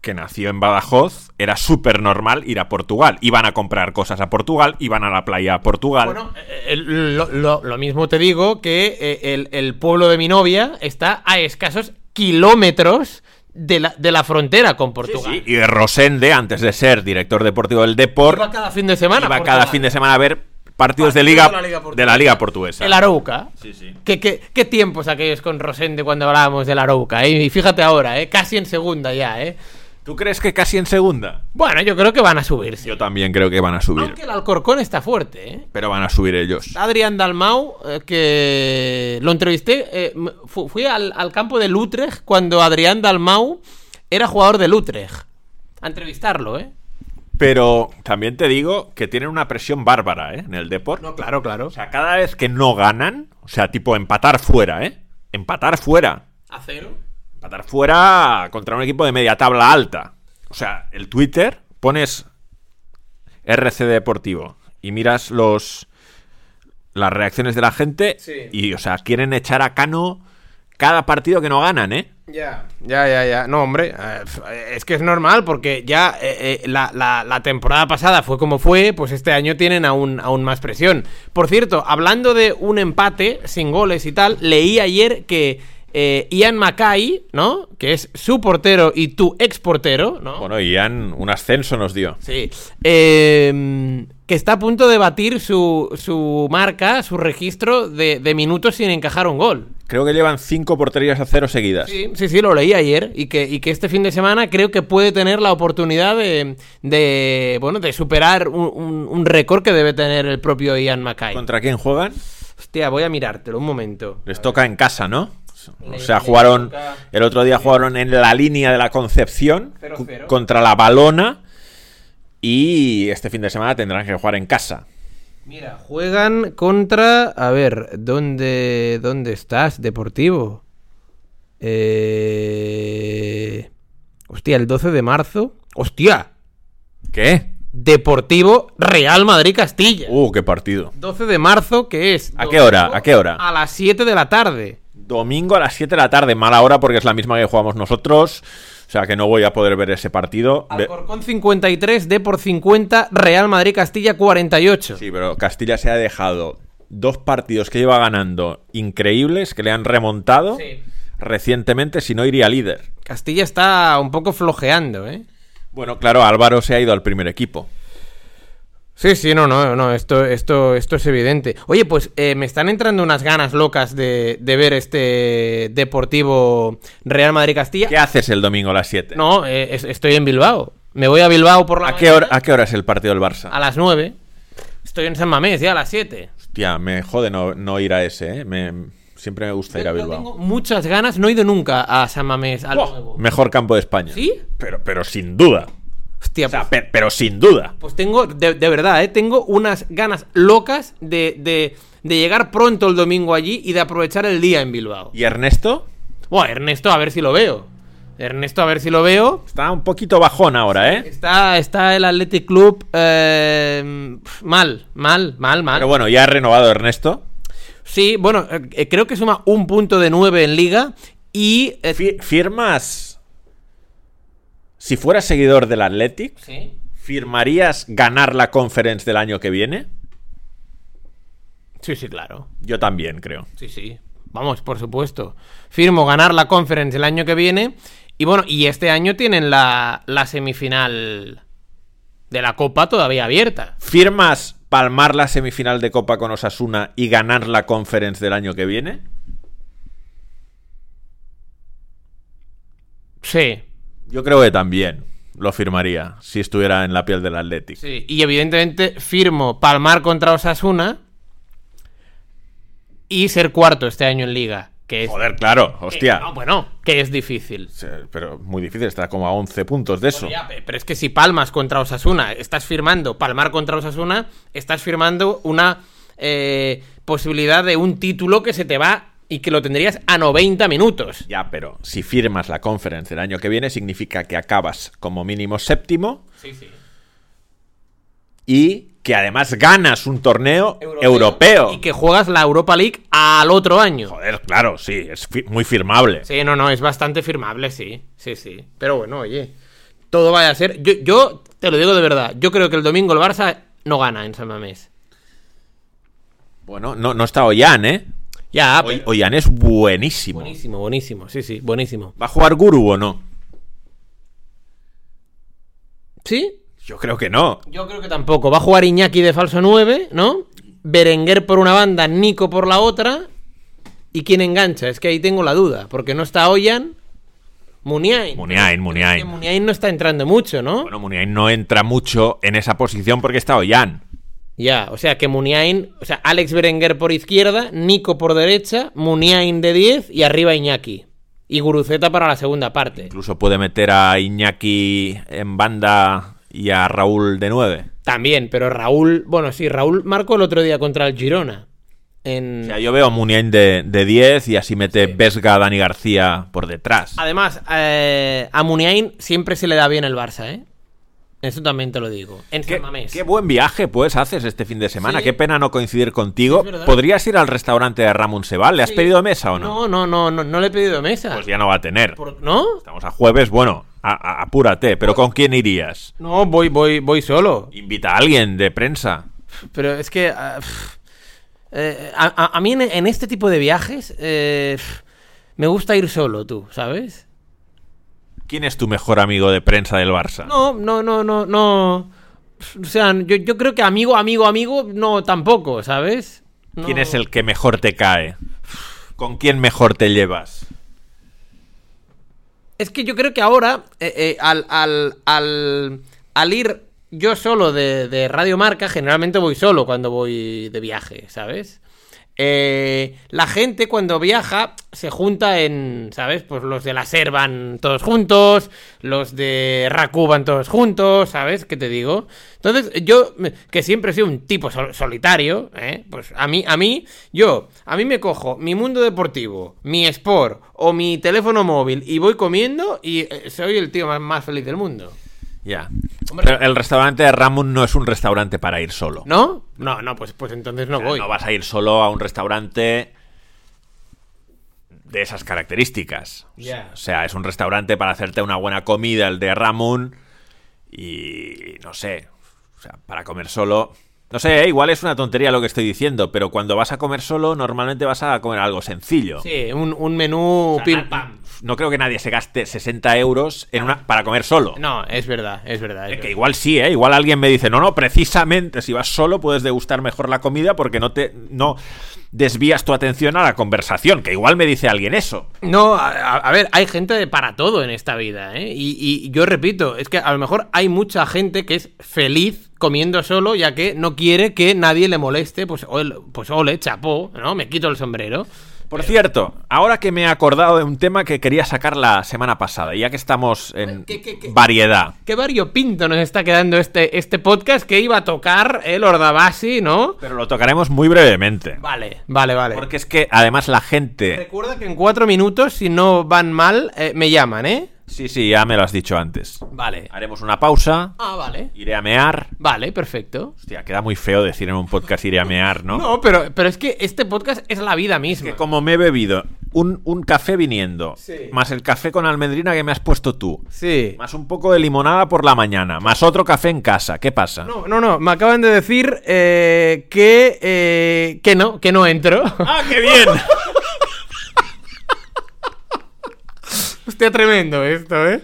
[SPEAKER 1] que nació en Badajoz, era súper normal ir a Portugal. Iban a comprar cosas a Portugal, iban a la playa a Portugal.
[SPEAKER 2] Bueno, eh, eh, lo, lo- lo mismo te digo que eh, el, el pueblo de mi novia está a escasos kilómetros de la, de la frontera con
[SPEAKER 1] Sí,
[SPEAKER 2] Portugal.
[SPEAKER 1] sí. Y Rosende, antes de ser director deportivo del Deport,
[SPEAKER 2] Iba cada fin de semana.
[SPEAKER 1] iba
[SPEAKER 2] a
[SPEAKER 1] cada
[SPEAKER 2] Portugal.
[SPEAKER 1] fin de semana a ver partidos de
[SPEAKER 2] Partido
[SPEAKER 1] liga,
[SPEAKER 2] de la Liga Portuguesa.
[SPEAKER 1] de la Liga Portuguesa.
[SPEAKER 2] El Arauca.
[SPEAKER 1] Sí, sí.
[SPEAKER 2] ¿Qué, qué, qué tiempos aquellos con Rosende cuando hablábamos del Arauca? eh? Y fíjate ahora, eh, casi en segunda ya. eh.
[SPEAKER 1] ¿Tú crees que casi en segunda?
[SPEAKER 2] Bueno, yo creo que van a subirse.
[SPEAKER 1] Yo también creo que van a subir.
[SPEAKER 2] Aunque el Alcorcón está fuerte. eh.
[SPEAKER 1] Pero van a subir ellos.
[SPEAKER 2] Adrián Dalmau, eh, que lo entrevisté, eh, m- fu- fui al, al campo del Utrecht cuando Adrián Dalmau era jugador del Utrecht. A entrevistarlo, ¿eh?
[SPEAKER 1] Pero también te digo que tienen una presión bárbara ¿eh? en el Deport.
[SPEAKER 2] claro, claro.
[SPEAKER 1] O sea, cada vez que no ganan, o sea, tipo empatar fuera, ¿eh? Empatar fuera.
[SPEAKER 2] A cero.
[SPEAKER 1] Empatar fuera contra un equipo de media tabla alta. O sea, el Twitter pones RC Deportivo y miras los las reacciones de la gente
[SPEAKER 2] Sí.
[SPEAKER 1] y, o sea, quieren echar a Cano cada partido que no ganan, ¿eh?
[SPEAKER 2] Ya, ya, ya, ya. No, hombre, eh, es que es normal porque ya eh, eh, la, la- la temporada pasada fue como fue, pues este año tienen aún, aún más presión. Por cierto, hablando de un empate sin goles y tal, leí ayer que eh, Ian Mackay, ¿no? Que es su portero y tu ex portero, ¿no?
[SPEAKER 1] Bueno, Ian, un ascenso nos dio.
[SPEAKER 2] Sí. Eh, que está a punto de batir su, su marca, su registro de, de minutos sin encajar un gol.
[SPEAKER 1] Creo que llevan cinco porterías a cero seguidas.
[SPEAKER 2] Sí, sí, sí, lo leí ayer y que, y que este fin de semana creo que puede tener la oportunidad de, de, bueno, de superar un, un- un récord que debe tener el propio Ian Mackay.
[SPEAKER 1] ¿Contra quién juegan?
[SPEAKER 2] Hostia, voy a mirártelo un momento.
[SPEAKER 1] Les toca en casa, ¿no? O
[SPEAKER 2] Le-
[SPEAKER 1] sea,
[SPEAKER 2] le
[SPEAKER 1] jugaron.
[SPEAKER 2] toca-
[SPEAKER 1] El otro día jugaron en la línea de la Concepción
[SPEAKER 2] Cero,
[SPEAKER 1] cu-
[SPEAKER 2] cero.
[SPEAKER 1] contra la Balona. Y este fin de semana tendrán que jugar en casa.
[SPEAKER 2] Mira, juegan contra, a ver, ¿dónde, dónde estás, Deportivo? Eh... Hostia, el 12 de marzo. Hostia,
[SPEAKER 1] ¿Qué?
[SPEAKER 2] Deportivo Real Madrid Castilla.
[SPEAKER 1] Uh, qué partido.
[SPEAKER 2] 12 de marzo, que es?
[SPEAKER 1] ¿A qué hora?
[SPEAKER 2] domingo
[SPEAKER 1] ¿A qué hora?
[SPEAKER 2] A las 7 de la tarde.
[SPEAKER 1] Domingo a las 7 de la tarde, mala hora porque es la misma que jugamos nosotros. O sea que no voy a poder ver ese partido. Ve-
[SPEAKER 2] Alcorcón 53, D por 50, Real Madrid Castilla 48.
[SPEAKER 1] Sí, pero Castilla se ha dejado dos partidos que lleva ganando increíbles, que le han remontado
[SPEAKER 2] Sí.
[SPEAKER 1] recientemente, si no iría líder.
[SPEAKER 2] Castilla está un poco flojeando, ¿eh?
[SPEAKER 1] Bueno, claro, Álvaro se ha ido al primer equipo.
[SPEAKER 2] Sí, sí, no, no, no, esto, esto, esto es evidente. Oye, pues eh, me están entrando unas ganas locas de, de ver este Deportivo Real Madrid Castilla.
[SPEAKER 1] ¿Qué haces el domingo a las 7?
[SPEAKER 2] No, eh, es- estoy en Bilbao. Me voy a Bilbao por la
[SPEAKER 1] ¿A qué,
[SPEAKER 2] mañana Ah.
[SPEAKER 1] hora, ¿A qué hora es el partido del Barça?
[SPEAKER 2] a las 9. Estoy en San Mamés ya a las 7.
[SPEAKER 1] Hostia, me jode no, no ir a ese, ¿eh? Me- siempre me gusta ir a
[SPEAKER 2] Yo
[SPEAKER 1] Bilbao.
[SPEAKER 2] tengo muchas ganas, no he ido nunca a San Mamés al
[SPEAKER 1] Buah,
[SPEAKER 2] nuevo.
[SPEAKER 1] Mejor campo de España.
[SPEAKER 2] ¿Sí?
[SPEAKER 1] Pero, pero sin duda.
[SPEAKER 2] Hostia,
[SPEAKER 1] O sea,
[SPEAKER 2] pues-
[SPEAKER 1] pe- pero sin duda.
[SPEAKER 2] Pues tengo, de, de verdad, ¿eh? tengo unas ganas locas de, de- de llegar pronto el domingo allí y de aprovechar el día en Bilbao.
[SPEAKER 1] ¿Y Ernesto?
[SPEAKER 2] Buah, Ernesto, a ver si lo veo. Ernesto, a ver si lo veo.
[SPEAKER 1] Está un poquito bajón ahora, ¿eh?
[SPEAKER 2] Está, está el Athletic Club eh, pf, mal, mal, mal, mal.
[SPEAKER 1] Pero bueno, ya ha renovado Ernesto.
[SPEAKER 2] Sí, bueno, eh, eh, creo que suma un punto de nueve en liga y... eh,
[SPEAKER 1] Fi- ¿Firmas? Si fueras seguidor del Athletic,
[SPEAKER 2] sí.
[SPEAKER 1] ¿firmarías ganar la conference del año que viene?
[SPEAKER 2] sí, sí, claro.
[SPEAKER 1] Yo también, creo.
[SPEAKER 2] Sí, sí. Vamos, por supuesto. Firmo ganar la conference el año que viene. Y bueno, y este año tienen la, la semifinal de la Copa todavía abierta.
[SPEAKER 1] ¿Firmas palmar la semifinal de Copa con Osasuna y ganar la Conference del año que viene?
[SPEAKER 2] Sí,
[SPEAKER 1] Yo creo que también lo firmaría si estuviera en la piel del Athletic.
[SPEAKER 2] sí. Y evidentemente firmo palmar contra Osasuna y ser cuarto este año en liga. Que es,
[SPEAKER 1] Joder, claro,
[SPEAKER 2] que-
[SPEAKER 1] hostia.
[SPEAKER 2] no, pues- bueno, que es difícil.
[SPEAKER 1] Se- Pero muy difícil, está como a 11 puntos de eso.
[SPEAKER 2] Ya, pe- pero es que si palmas contra Osasuna, estás firmando, palmar contra Osasuna, estás firmando una eh, posibilidad de un título que se te va y que lo tendrías a 90 minutos.
[SPEAKER 1] Ya, pero si firmas la conference el año que viene, significa que acabas como mínimo séptimo
[SPEAKER 2] Sí, sí.
[SPEAKER 1] y que además ganas un torneo europeo.
[SPEAKER 2] Y que juegas la Europa League al otro año.
[SPEAKER 1] Joder, claro, sí, es fi- muy firmable.
[SPEAKER 2] Sí, no, no, es bastante firmable, sí. Sí, sí. Pero bueno, oye, todo vaya a ser. Yo, yo te lo digo de verdad, yo creo que el domingo el Barça no gana en San Mamés.
[SPEAKER 1] Bueno, no, no está Ollán, ¿eh?
[SPEAKER 2] Ya,
[SPEAKER 1] Oy-
[SPEAKER 2] pero-
[SPEAKER 1] Ollán es buenísimo.
[SPEAKER 2] buenísimo, buenísimo. Sí, sí, buenísimo.
[SPEAKER 1] ¿Va a jugar Guru o no?
[SPEAKER 2] ¿Sí?
[SPEAKER 1] Yo creo que no.
[SPEAKER 2] Yo creo que tampoco. Va a jugar Iñaki de falso 9, ¿no? Berenguer por una banda, Nico por la otra. ¿Y quién engancha? Es que ahí tengo la duda, porque no está Oyan, Muniain.
[SPEAKER 1] Muniain,
[SPEAKER 2] Es que
[SPEAKER 1] Muniain.
[SPEAKER 2] Muniain no está entrando mucho, ¿no?
[SPEAKER 1] Bueno, Muniain no entra mucho en esa posición porque está Ollán.
[SPEAKER 2] Ya, o sea que Muniain, o sea, Alex Berenguer por izquierda, Nico por derecha, Muniain de 10 y arriba Iñaki. Y Guruceta para la segunda parte.
[SPEAKER 1] Incluso puede meter a Iñaki en banda y a Raúl de 9.
[SPEAKER 2] También, pero Raúl, bueno, sí, Raúl marcó el otro día contra el Girona. En...
[SPEAKER 1] O sea, yo veo a Muniain de, de 10 y así mete Vesga, Dani García por detrás.
[SPEAKER 2] Además, eh, a Muniain siempre se le da bien el Barça, ¿eh? Eso también te lo digo. En
[SPEAKER 1] Qué,
[SPEAKER 2] San Mamés.
[SPEAKER 1] qué buen viaje, pues, haces este fin de semana.
[SPEAKER 2] Sí.
[SPEAKER 1] Qué pena no coincidir contigo.
[SPEAKER 2] Es verdad.
[SPEAKER 1] ¿Podrías ir al restaurante de Ramón Sebal? ¿Le has
[SPEAKER 2] Sí.
[SPEAKER 1] pedido mesa o no?
[SPEAKER 2] No, no, no, no, no le he pedido mesa.
[SPEAKER 1] Pues ya no va a tener.
[SPEAKER 2] Por- ¿No?
[SPEAKER 1] Estamos a jueves, bueno, a- a- apúrate. ¿Pero con quién irías?
[SPEAKER 2] No, voy, voy, voy solo.
[SPEAKER 1] Invita a alguien de prensa.
[SPEAKER 2] Pero es que. ah, pf, eh, a, a- a mí en, en este tipo de viajes. eh, pf, me gusta ir solo, tú, ¿sabes?
[SPEAKER 1] ¿Quién es tu mejor amigo de prensa del Barça?
[SPEAKER 2] No, no, no, no, no. Pf, O sea, yo, yo creo que amigo, amigo, amigo, no tampoco, ¿sabes? No.
[SPEAKER 1] ¿Quién es el que mejor te cae? ¿Con quién mejor te llevas?
[SPEAKER 2] Es que yo creo que ahora, eh, eh, al, al, al, al ir yo solo de, de Radio Marca, generalmente voy solo cuando voy de viaje, ¿sabes? Eh, la gente cuando viaja se junta en, ¿sabes? Pues los de la SER van todos juntos, los de RACU van todos juntos, ¿sabes? ¿Qué te digo? Entonces, yo, me- que siempre he sido un tipo sol- solitario, ¿eh? Pues a mí, a mí, yo, a mí me cojo mi mundo deportivo, mi sport o mi teléfono móvil y voy comiendo y eh, soy el tío más, más feliz del mundo.
[SPEAKER 1] Ya.
[SPEAKER 2] Hombre.
[SPEAKER 1] Pero el restaurante de Ramón no es un restaurante para ir solo.
[SPEAKER 2] ¿No? No, no, pues, pues entonces no
[SPEAKER 1] O sea,
[SPEAKER 2] voy.
[SPEAKER 1] no vas a ir solo a un restaurante de esas características.
[SPEAKER 2] Ya.
[SPEAKER 1] O sea, es un restaurante para hacerte una buena comida, el de Ramón. Y no sé. O sea, para comer solo. No sé, eh, igual es una tontería lo que estoy diciendo, pero cuando vas a comer solo, normalmente vas a comer algo sencillo.
[SPEAKER 2] Sí, un, un menú...
[SPEAKER 1] O sea,
[SPEAKER 2] pim,
[SPEAKER 1] na-
[SPEAKER 2] pam.
[SPEAKER 1] No creo que nadie se gaste 60 euros en una, para comer solo.
[SPEAKER 2] No, es verdad, es verdad.
[SPEAKER 1] Eh,
[SPEAKER 2] es
[SPEAKER 1] Que
[SPEAKER 2] verdad.
[SPEAKER 1] igual sí, ¿eh? Igual alguien me dice, no, no, precisamente si vas solo puedes degustar mejor la comida porque no te no desvías tu atención a la conversación. Que igual me dice alguien eso.
[SPEAKER 2] No, a, a- a ver, hay gente de para todo en esta vida, ¿eh? Y, y yo repito, es que a lo mejor hay mucha gente que es feliz comiendo solo, ya que no quiere que nadie le moleste, pues, ol- pues ole, chapó, ¿no? Me quito el sombrero.
[SPEAKER 1] Por
[SPEAKER 2] Eh.
[SPEAKER 1] cierto, ahora que me he acordado de un tema que quería sacar la semana pasada, ya que estamos en
[SPEAKER 2] ¿Qué, qué, qué?
[SPEAKER 1] variedad.
[SPEAKER 2] Qué variopinto nos está quedando este, este podcast que iba a tocar el Ordabasi, ¿no?
[SPEAKER 1] Pero lo tocaremos muy brevemente.
[SPEAKER 2] Vale, vale, vale.
[SPEAKER 1] Porque es que además la gente.
[SPEAKER 2] Recuerda que en cuatro minutos, si no van mal, eh, me llaman, ¿eh?
[SPEAKER 1] Sí, sí, ya me lo has dicho antes.
[SPEAKER 2] Vale.
[SPEAKER 1] Haremos una pausa,
[SPEAKER 2] Ah, vale.
[SPEAKER 1] iré a mear.
[SPEAKER 2] Vale, perfecto.
[SPEAKER 1] Hostia, queda muy feo decir en un podcast iré a mear, ¿no?
[SPEAKER 2] No, pero, pero es que este podcast es la vida misma.
[SPEAKER 1] que como me he bebido un, un café viniendo,
[SPEAKER 2] Sí.
[SPEAKER 1] más el café con almendrina que me has puesto tú,
[SPEAKER 2] Sí.
[SPEAKER 1] más un poco de limonada por la mañana, más otro café en casa, ¿qué pasa?
[SPEAKER 2] No, no, no, me acaban de decir eh, que, eh, que no, que no entro.
[SPEAKER 1] ¡Ah, qué bien!
[SPEAKER 2] Hostia, tremendo esto, ¿eh?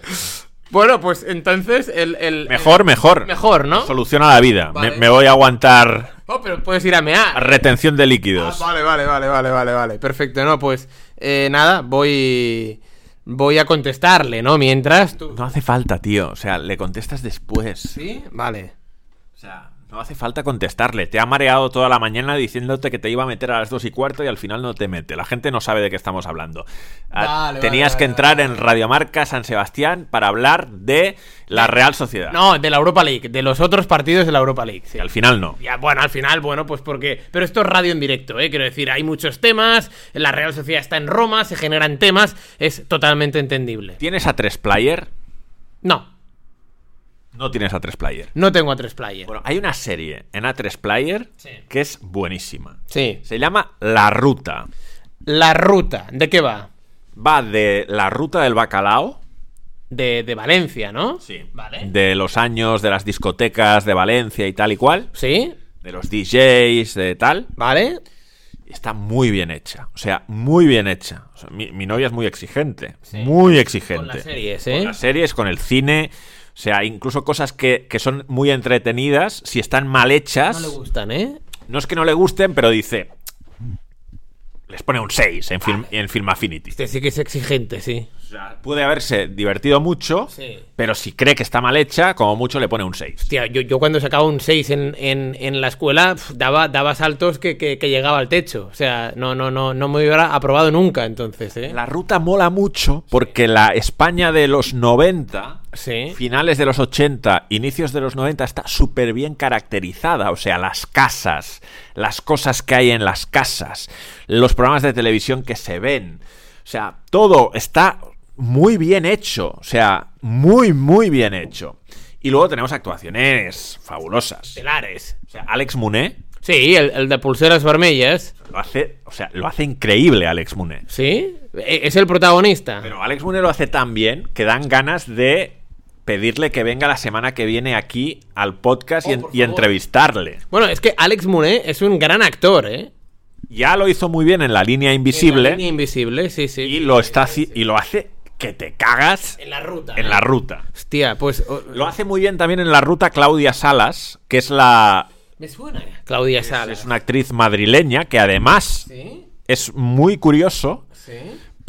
[SPEAKER 2] Bueno, pues entonces el... el-
[SPEAKER 1] Mejor, mejor.
[SPEAKER 2] Mejor, ¿no?
[SPEAKER 1] Soluciona la vida.
[SPEAKER 2] Vale.
[SPEAKER 1] Me, me voy a aguantar
[SPEAKER 2] el- Oh, pero puedes ir a
[SPEAKER 1] a
[SPEAKER 2] mear.
[SPEAKER 1] retención de
[SPEAKER 2] Ah,
[SPEAKER 1] líquidos.
[SPEAKER 2] vale, vale, vale, vale, vale, vale. Perfecto, no, pues eh, nada, voy... Voy a contestarle, ¿no? Mientras tú...
[SPEAKER 1] No hace falta, tío. O sea, le contestas después.
[SPEAKER 2] ¿Sí? Vale.
[SPEAKER 1] O sea, No hace falta contestarle. Te ha mareado toda la mañana diciéndote que te iba a meter a las dos y cuarto y al final no te mete. La gente no sabe de qué estamos hablando. Ah,
[SPEAKER 2] Vale,
[SPEAKER 1] Tenías
[SPEAKER 2] vale,
[SPEAKER 1] que
[SPEAKER 2] vale,
[SPEAKER 1] entrar
[SPEAKER 2] vale,
[SPEAKER 1] en Radiomarca San Sebastián para hablar de la Real Sociedad.
[SPEAKER 2] No, de la Europa League, de los otros partidos de la Europa League. sí.
[SPEAKER 1] Y al final no.
[SPEAKER 2] Ya, bueno, al final, bueno, pues porque. Pero esto es radio en directo, ¿eh? Quiero decir, hay muchos temas, la Real Sociedad está en Roma, se generan temas, es totalmente entendible.
[SPEAKER 1] ¿Tienes a tres player?
[SPEAKER 2] No,
[SPEAKER 1] No tienes a tres player.
[SPEAKER 2] no tengo a tres player.
[SPEAKER 1] Bueno, hay una serie en A3 Player
[SPEAKER 2] Sí.
[SPEAKER 1] que es buenísima.
[SPEAKER 2] Sí.
[SPEAKER 1] Se llama La Ruta.
[SPEAKER 2] La ruta, ¿de qué va?
[SPEAKER 1] Va de la ruta del bacalao.
[SPEAKER 2] De, de Valencia, ¿no?
[SPEAKER 1] Sí.
[SPEAKER 2] Vale.
[SPEAKER 1] De los años de las discotecas de Valencia y tal y cual.
[SPEAKER 2] Sí,
[SPEAKER 1] De los DJs, de tal.
[SPEAKER 2] vale.
[SPEAKER 1] Está muy bien hecha. O sea, muy bien hecha. O sea, mi, mi novia es muy exigente. Muy exigente.
[SPEAKER 2] Con las series,
[SPEAKER 1] Con
[SPEAKER 2] ¿eh?
[SPEAKER 1] las series, con el cine. O sea, incluso cosas que, que son muy entretenidas, si están mal hechas.
[SPEAKER 2] No le gustan, ¿eh?
[SPEAKER 1] No es que no le gusten, pero dice. Les pone un 6 en Film, en Film Affinity.
[SPEAKER 2] Este sí que es exigente, sí.
[SPEAKER 1] O sea, puede haberse divertido mucho,
[SPEAKER 2] Sí.
[SPEAKER 1] pero si cree que está mal hecha, como mucho le pone un 6.
[SPEAKER 2] Hostia, yo, yo cuando sacaba un 6 en, en- en la escuela, pf, daba, daba saltos que, que- que llegaba al techo. O sea, no, no, no, no me hubiera aprobado nunca entonces, ¿eh?
[SPEAKER 1] La ruta mola mucho porque la España de los 90,
[SPEAKER 2] Sí.
[SPEAKER 1] finales de los 80, inicios de los 90, está súper bien caracterizada. O sea, las casas, las cosas que hay en las casas, los programas de televisión que se ven. O sea, todo está muy bien hecho. O sea, muy, muy bien hecho. Y luego tenemos actuaciones fabulosas.
[SPEAKER 2] Telares.
[SPEAKER 1] O sea, Alex Muné
[SPEAKER 2] Sí, el, el de pulseras vermellas.
[SPEAKER 1] lo hace, o sea, lo hace increíble Alex Muné.
[SPEAKER 2] Sí. E- Es el protagonista.
[SPEAKER 1] Pero Alex Muner lo hace tan bien que dan ganas de pedirle que venga la semana que viene aquí al podcast
[SPEAKER 2] Oh,
[SPEAKER 1] y, en- y entrevistarle.
[SPEAKER 2] Bueno, es que Alex Mounet es un gran actor, ¿eh?
[SPEAKER 1] Ya lo hizo muy bien en la línea invisible
[SPEAKER 2] La línea invisible, sí, sí.
[SPEAKER 1] y lo está haci- y lo hace que te cagas
[SPEAKER 2] En la ruta.
[SPEAKER 1] en la ruta.
[SPEAKER 2] Hostia, pues. o-
[SPEAKER 1] Lo hace muy bien también en la ruta Claudia Salas, que es la
[SPEAKER 2] Me suena. Claudia Salas.
[SPEAKER 1] es una actriz madrileña que además
[SPEAKER 2] Sí,
[SPEAKER 1] es muy curioso
[SPEAKER 2] sí.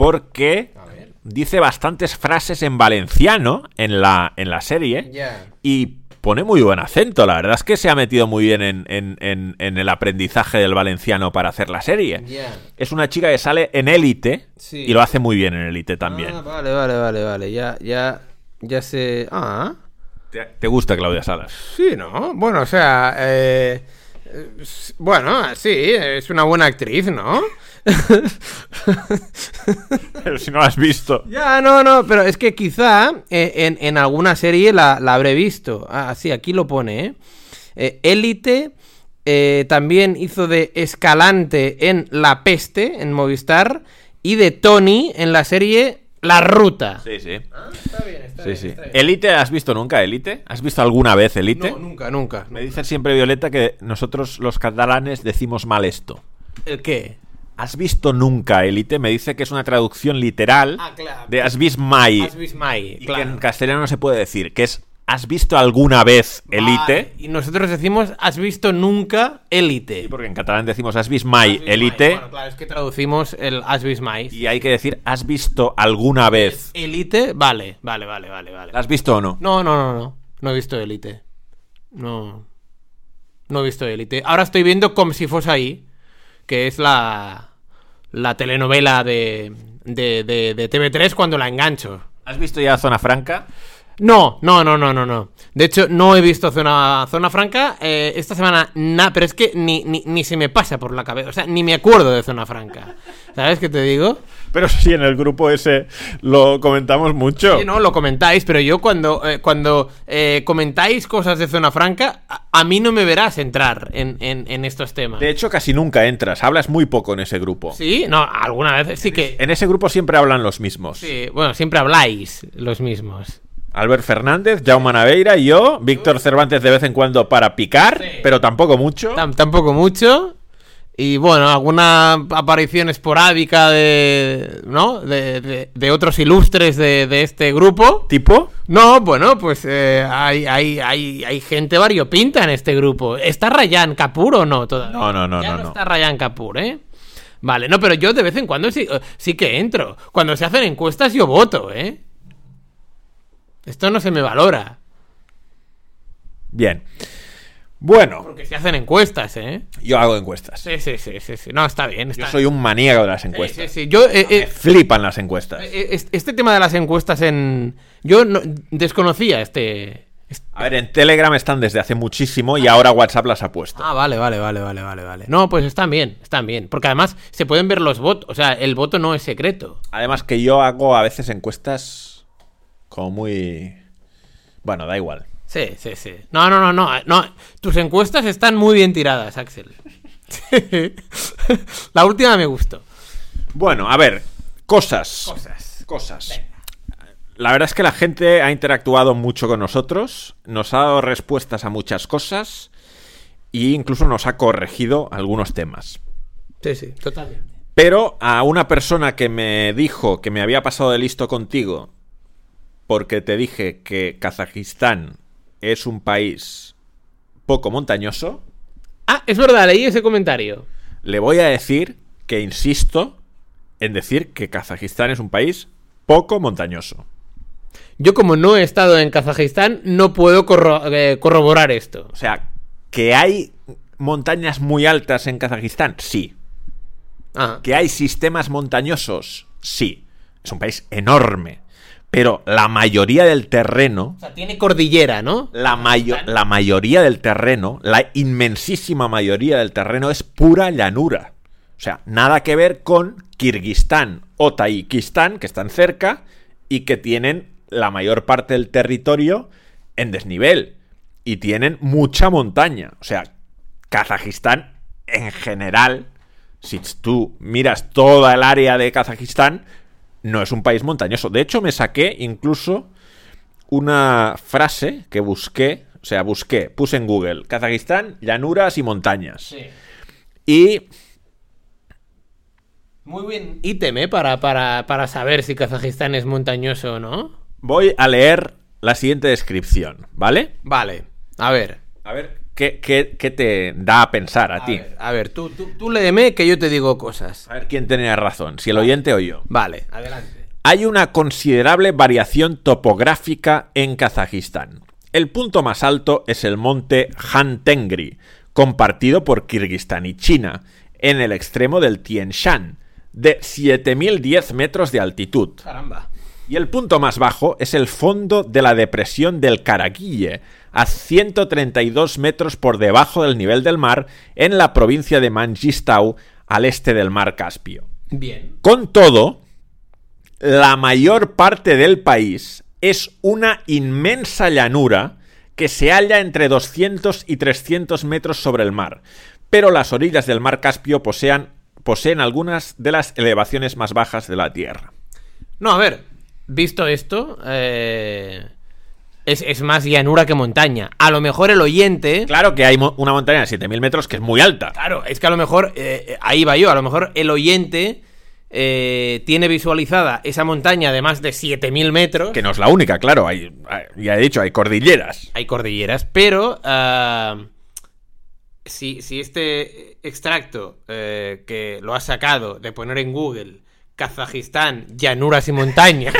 [SPEAKER 1] porque
[SPEAKER 2] A ver.
[SPEAKER 1] dice bastantes frases en valenciano en la en la serie.
[SPEAKER 2] Ya.
[SPEAKER 1] Y pone muy buen acento, la verdad es que se ha metido muy bien en, en- en- en el aprendizaje del valenciano para hacer la serie.
[SPEAKER 2] Ya.
[SPEAKER 1] Es una chica que sale en élite
[SPEAKER 2] Sí.
[SPEAKER 1] y lo hace muy bien en élite también.
[SPEAKER 2] Ah, vale, vale, vale, vale. Ya, ya, ya sé. Ah.
[SPEAKER 1] ¿Te, te gusta Claudia Salas?
[SPEAKER 2] Sí, ¿no? Bueno, o sea, eh, eh, s- bueno, sí, es una buena actriz, ¿no?
[SPEAKER 1] Pero si no la has visto.
[SPEAKER 2] ya, no, no, pero es que quizá eh, en, en alguna serie la, la habré visto. Ah, sí, aquí lo pone, ¿eh? Eh, Élite eh, también hizo de Escalante en La Peste, en Movistar, y de Tony en la serie La Ruta. Ah,
[SPEAKER 1] Sí, sí.
[SPEAKER 2] Está bien, está
[SPEAKER 1] Sí, sí. ¿Élite has visto nunca, Élite? ¿Has visto alguna vez Élite?
[SPEAKER 2] No, nunca, nunca.
[SPEAKER 1] Me dicen siempre, Violeta, que nosotros los catalanes decimos mal esto.
[SPEAKER 2] ¿El qué?
[SPEAKER 1] ¿Has visto nunca Élite? Me dice que es una traducción literal
[SPEAKER 2] Ah, claro.
[SPEAKER 1] de Has visto mai.
[SPEAKER 2] Has visto Mai,
[SPEAKER 1] Y que
[SPEAKER 2] claro.
[SPEAKER 1] en castellano no se puede decir, que es ¿has visto alguna vez
[SPEAKER 2] Vale,
[SPEAKER 1] Elite?
[SPEAKER 2] Ah, Y nosotros decimos, ¿has visto nunca Elite?
[SPEAKER 1] Y Porque en catalán decimos ¿has visto mai Elite?
[SPEAKER 2] Bueno, pues claro, es que traducimos el has visto más.
[SPEAKER 1] Y hay que decir ¿has visto alguna vez?
[SPEAKER 2] Elite, vale, vale, vale, vale, vale.
[SPEAKER 1] ¿La has visto o no?
[SPEAKER 2] No, no, no, no. No he visto Elite. No. No he visto Elite. Ahora estoy viendo Como si fuese ahí, que es la, la telenovela de, de, de, de TV3 cuando la engancho.
[SPEAKER 1] ¿Has visto ya Zona Franca?
[SPEAKER 2] No, no, no, no, no, no. De hecho, no he visto Zona, zona Franca eh, esta semana, nada, pero es que ni, ni, ni se me pasa por la cabeza, o sea, ni me acuerdo de Zona Franca. ¿Sabes qué te digo?
[SPEAKER 1] Pero sí, en el grupo ese lo comentamos mucho.
[SPEAKER 2] Sí, no, lo comentáis, pero yo cuando, eh, cuando eh, comentáis cosas de Zona Franca, a, a mí no me verás entrar en, en- en estos temas.
[SPEAKER 1] De hecho, casi nunca entras, hablas muy poco en ese grupo.
[SPEAKER 2] Sí, no, alguna vez sí que...
[SPEAKER 1] En ese grupo siempre hablan los mismos.
[SPEAKER 2] sí, bueno, siempre habláis los mismos.
[SPEAKER 1] Albert Fernández, Jaume Naveira, y yo, Víctor Cervantes de vez en cuando para picar,
[SPEAKER 2] Sí.
[SPEAKER 1] pero tampoco mucho.
[SPEAKER 2] Tam- tampoco mucho. Y bueno, alguna aparición esporádica de. ¿No? De, de- de otros ilustres de, de este grupo.
[SPEAKER 1] ¿Tipo?
[SPEAKER 2] No, bueno, pues eh, hay, hay, hay, hay gente variopinta en este grupo. ¿Está Ryan Kapur o no todavía?
[SPEAKER 1] No, no, no,
[SPEAKER 2] Ya
[SPEAKER 1] no, no.
[SPEAKER 2] está Ryan Kapur, ¿eh? Vale, no, pero yo de vez en cuando sí, eh, sí que entro. Cuando se hacen encuestas yo voto, ¿eh? Esto no se me valora.
[SPEAKER 1] Bien. Bueno,
[SPEAKER 2] Porque se hacen encuestas, ¿eh?
[SPEAKER 1] yo hago encuestas.
[SPEAKER 2] Sí, sí, sí, sí. sí. No, está bien. Está
[SPEAKER 1] Yo soy un maníaco de las
[SPEAKER 2] Sí, sí,
[SPEAKER 1] encuestas.
[SPEAKER 2] sí. Yo, eh, eh,
[SPEAKER 1] Me flipan las encuestas.
[SPEAKER 2] eh, es- este tema de las encuestas en. Yo no- desconocía este. este-
[SPEAKER 1] A ver, en Telegram están desde hace muchísimo y ahora WhatsApp las ha puesto.
[SPEAKER 2] Ah, vale, vale, vale, vale, vale, vale. No, pues están bien, están bien. Porque además se pueden ver los votos. O sea, el voto no es secreto.
[SPEAKER 1] Además que yo hago a veces encuestas como muy... Bueno, da igual.
[SPEAKER 2] Sí, sí, sí. No, no, no, no. no. Tus encuestas están muy bien tiradas, Axel. Sí. La última me gustó.
[SPEAKER 1] Bueno, a ver, cosas.
[SPEAKER 2] Cosas.
[SPEAKER 1] Cosas. La verdad es que la gente ha interactuado mucho con nosotros, nos ha dado respuestas a muchas cosas e incluso nos ha corregido algunos temas.
[SPEAKER 2] Sí, sí, totalmente.
[SPEAKER 1] Pero a una persona que me dijo que me había pasado de listo contigo porque te dije que Kazajistán es un país poco montañoso,
[SPEAKER 2] Ah, es verdad, leí ese comentario.
[SPEAKER 1] le voy a decir que insisto en decir que Kazajistán es un país poco montañoso.
[SPEAKER 2] Yo como no he estado en Kazajistán, no puedo corro- eh, corroborar esto.
[SPEAKER 1] O sea, que hay montañas muy altas en Kazajistán, sí.
[SPEAKER 2] Ah,
[SPEAKER 1] Que hay sistemas montañosos, sí. Es un país enorme. Pero la mayoría del terreno,
[SPEAKER 2] O sea, tiene cordillera, ¿no?
[SPEAKER 1] la, mayo- la mayoría del terreno, la inmensísima mayoría del terreno es pura llanura. O sea, nada que ver con Kirguistán o Tayikistán, que están cerca y que tienen la mayor parte del territorio en desnivel. Y tienen mucha montaña. O sea, Kazajistán en general, si tú miras toda el área de Kazajistán, no es un país montañoso. De hecho, me saqué incluso una frase que busqué, o sea, busqué, puse en Google, Kazajistán, llanuras y montañas. Y
[SPEAKER 2] Muy bien. Ítem, ¿eh? Para, para, para saber si Kazajistán es montañoso o no.
[SPEAKER 1] voy a leer la siguiente descripción, ¿vale?
[SPEAKER 2] Vale, a ver.
[SPEAKER 1] A ver, ¿qué, qué- qué te da a pensar a,
[SPEAKER 2] A
[SPEAKER 1] ti?
[SPEAKER 2] ver, a ver, tú, tú, tú léeme que yo te digo cosas.
[SPEAKER 1] A ver quién tenía razón, si el oyente o yo.
[SPEAKER 2] Vale. Adelante.
[SPEAKER 1] Hay una considerable variación topográfica en Kazajistán. El punto más alto es el monte Han Tengri, compartido por Kirguistán y China, en el extremo del Tien Shan, de 7.010 metros de altitud.
[SPEAKER 2] Caramba.
[SPEAKER 1] Y el punto más bajo es el fondo de la depresión del Caraguille, a 132 metros por debajo del nivel del mar, en la provincia de Manjistau, al este del mar Caspio.
[SPEAKER 2] Bien.
[SPEAKER 1] Con todo, la mayor parte del país es una inmensa llanura que se halla entre 200 y 300 metros sobre el mar, pero las orillas del mar Caspio posean- poseen algunas de las elevaciones más bajas de la Tierra.
[SPEAKER 2] No, a ver, visto esto, eh, es, es más llanura que montaña. A lo mejor el oyente...
[SPEAKER 1] Claro que hay mo- una montaña de 7.000 metros que es muy alta.
[SPEAKER 2] Claro, es que a lo mejor, eh, eh, ahí va yo, a lo mejor el oyente eh, tiene visualizada esa montaña de más de 7.000 metros.
[SPEAKER 1] Que no es la única, claro. Hay, hay- ya he dicho, hay cordilleras.
[SPEAKER 2] Hay cordilleras, pero ah, si, si este extracto eh, que lo has sacado de poner en Google Kazajistán, llanuras y montañas,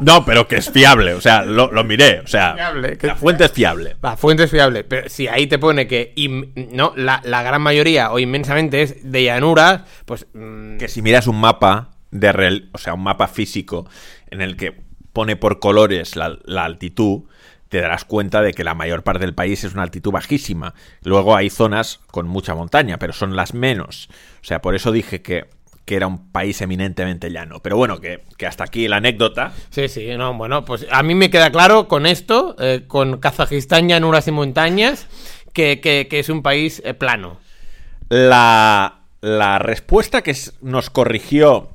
[SPEAKER 1] No, pero que es fiable. O sea, lo, lo miré. O sea,
[SPEAKER 2] Fiable, que-
[SPEAKER 1] la fuente es fiable.
[SPEAKER 2] la fuente es fiable, pero si ahí te pone que im- no la, la gran mayoría o inmensamente es de llanuras, pues... mm,
[SPEAKER 1] que si miras un mapa de rel- o sea, un mapa físico en el que pone por colores la, la altitud, te darás cuenta de que la mayor parte del país es una altitud bajísima. Luego hay zonas con mucha montaña, pero son las menos. O sea, por eso dije que, que era un país eminentemente llano. Pero bueno, que, que hasta aquí la anécdota.
[SPEAKER 2] Sí, sí, no, bueno, pues a mí me queda claro con esto, eh, con Kazajistán, llanuras y montañas, que, que- que es un país eh, plano.
[SPEAKER 1] La, la respuesta que s- nos corrigió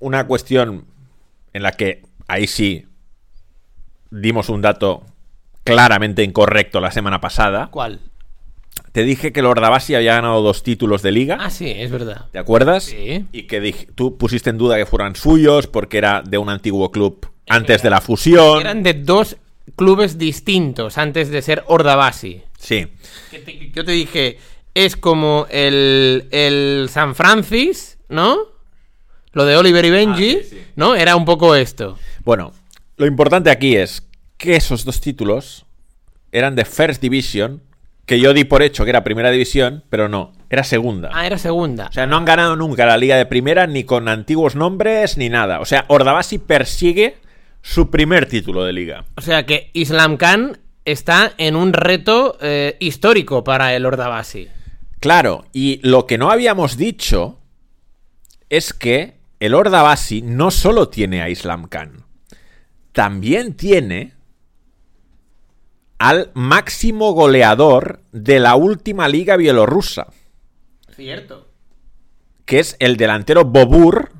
[SPEAKER 1] una cuestión en la que ahí sí dimos un dato claramente incorrecto la semana pasada.
[SPEAKER 2] ¿Cuál?
[SPEAKER 1] Te dije que el Ordabasi había ganado dos títulos de liga.
[SPEAKER 2] Ah, sí, es verdad.
[SPEAKER 1] ¿Te acuerdas?
[SPEAKER 2] Sí.
[SPEAKER 1] Y que dij- tú pusiste en duda que fueran suyos porque era de un antiguo club antes de la fusión.
[SPEAKER 2] Eran de dos clubes distintos antes de ser Ordabasi.
[SPEAKER 1] Sí.
[SPEAKER 2] Que te- que Yo te dije, es como el, el San Francis, ¿no? Lo de Oliver y Benji,
[SPEAKER 1] sí, sí.
[SPEAKER 2] ¿no? Era un poco esto.
[SPEAKER 1] Bueno, lo importante aquí es que esos dos títulos eran de First Division, que yo di por hecho que era primera división, pero no, era segunda.
[SPEAKER 2] Ah, era segunda.
[SPEAKER 1] O sea, no han ganado nunca la liga de primera ni con antiguos nombres ni nada. O sea, Ordabasi persigue su primer título de liga.
[SPEAKER 2] O sea que Islam Khan está en un reto eh, histórico para el Ordabasi.
[SPEAKER 1] Claro, y lo que no habíamos dicho es que el Ordabasi no solo tiene a Islam Khan, también tiene al máximo goleador de la última liga bielorrusa,
[SPEAKER 2] Cierto.
[SPEAKER 1] que es el delantero Bobur,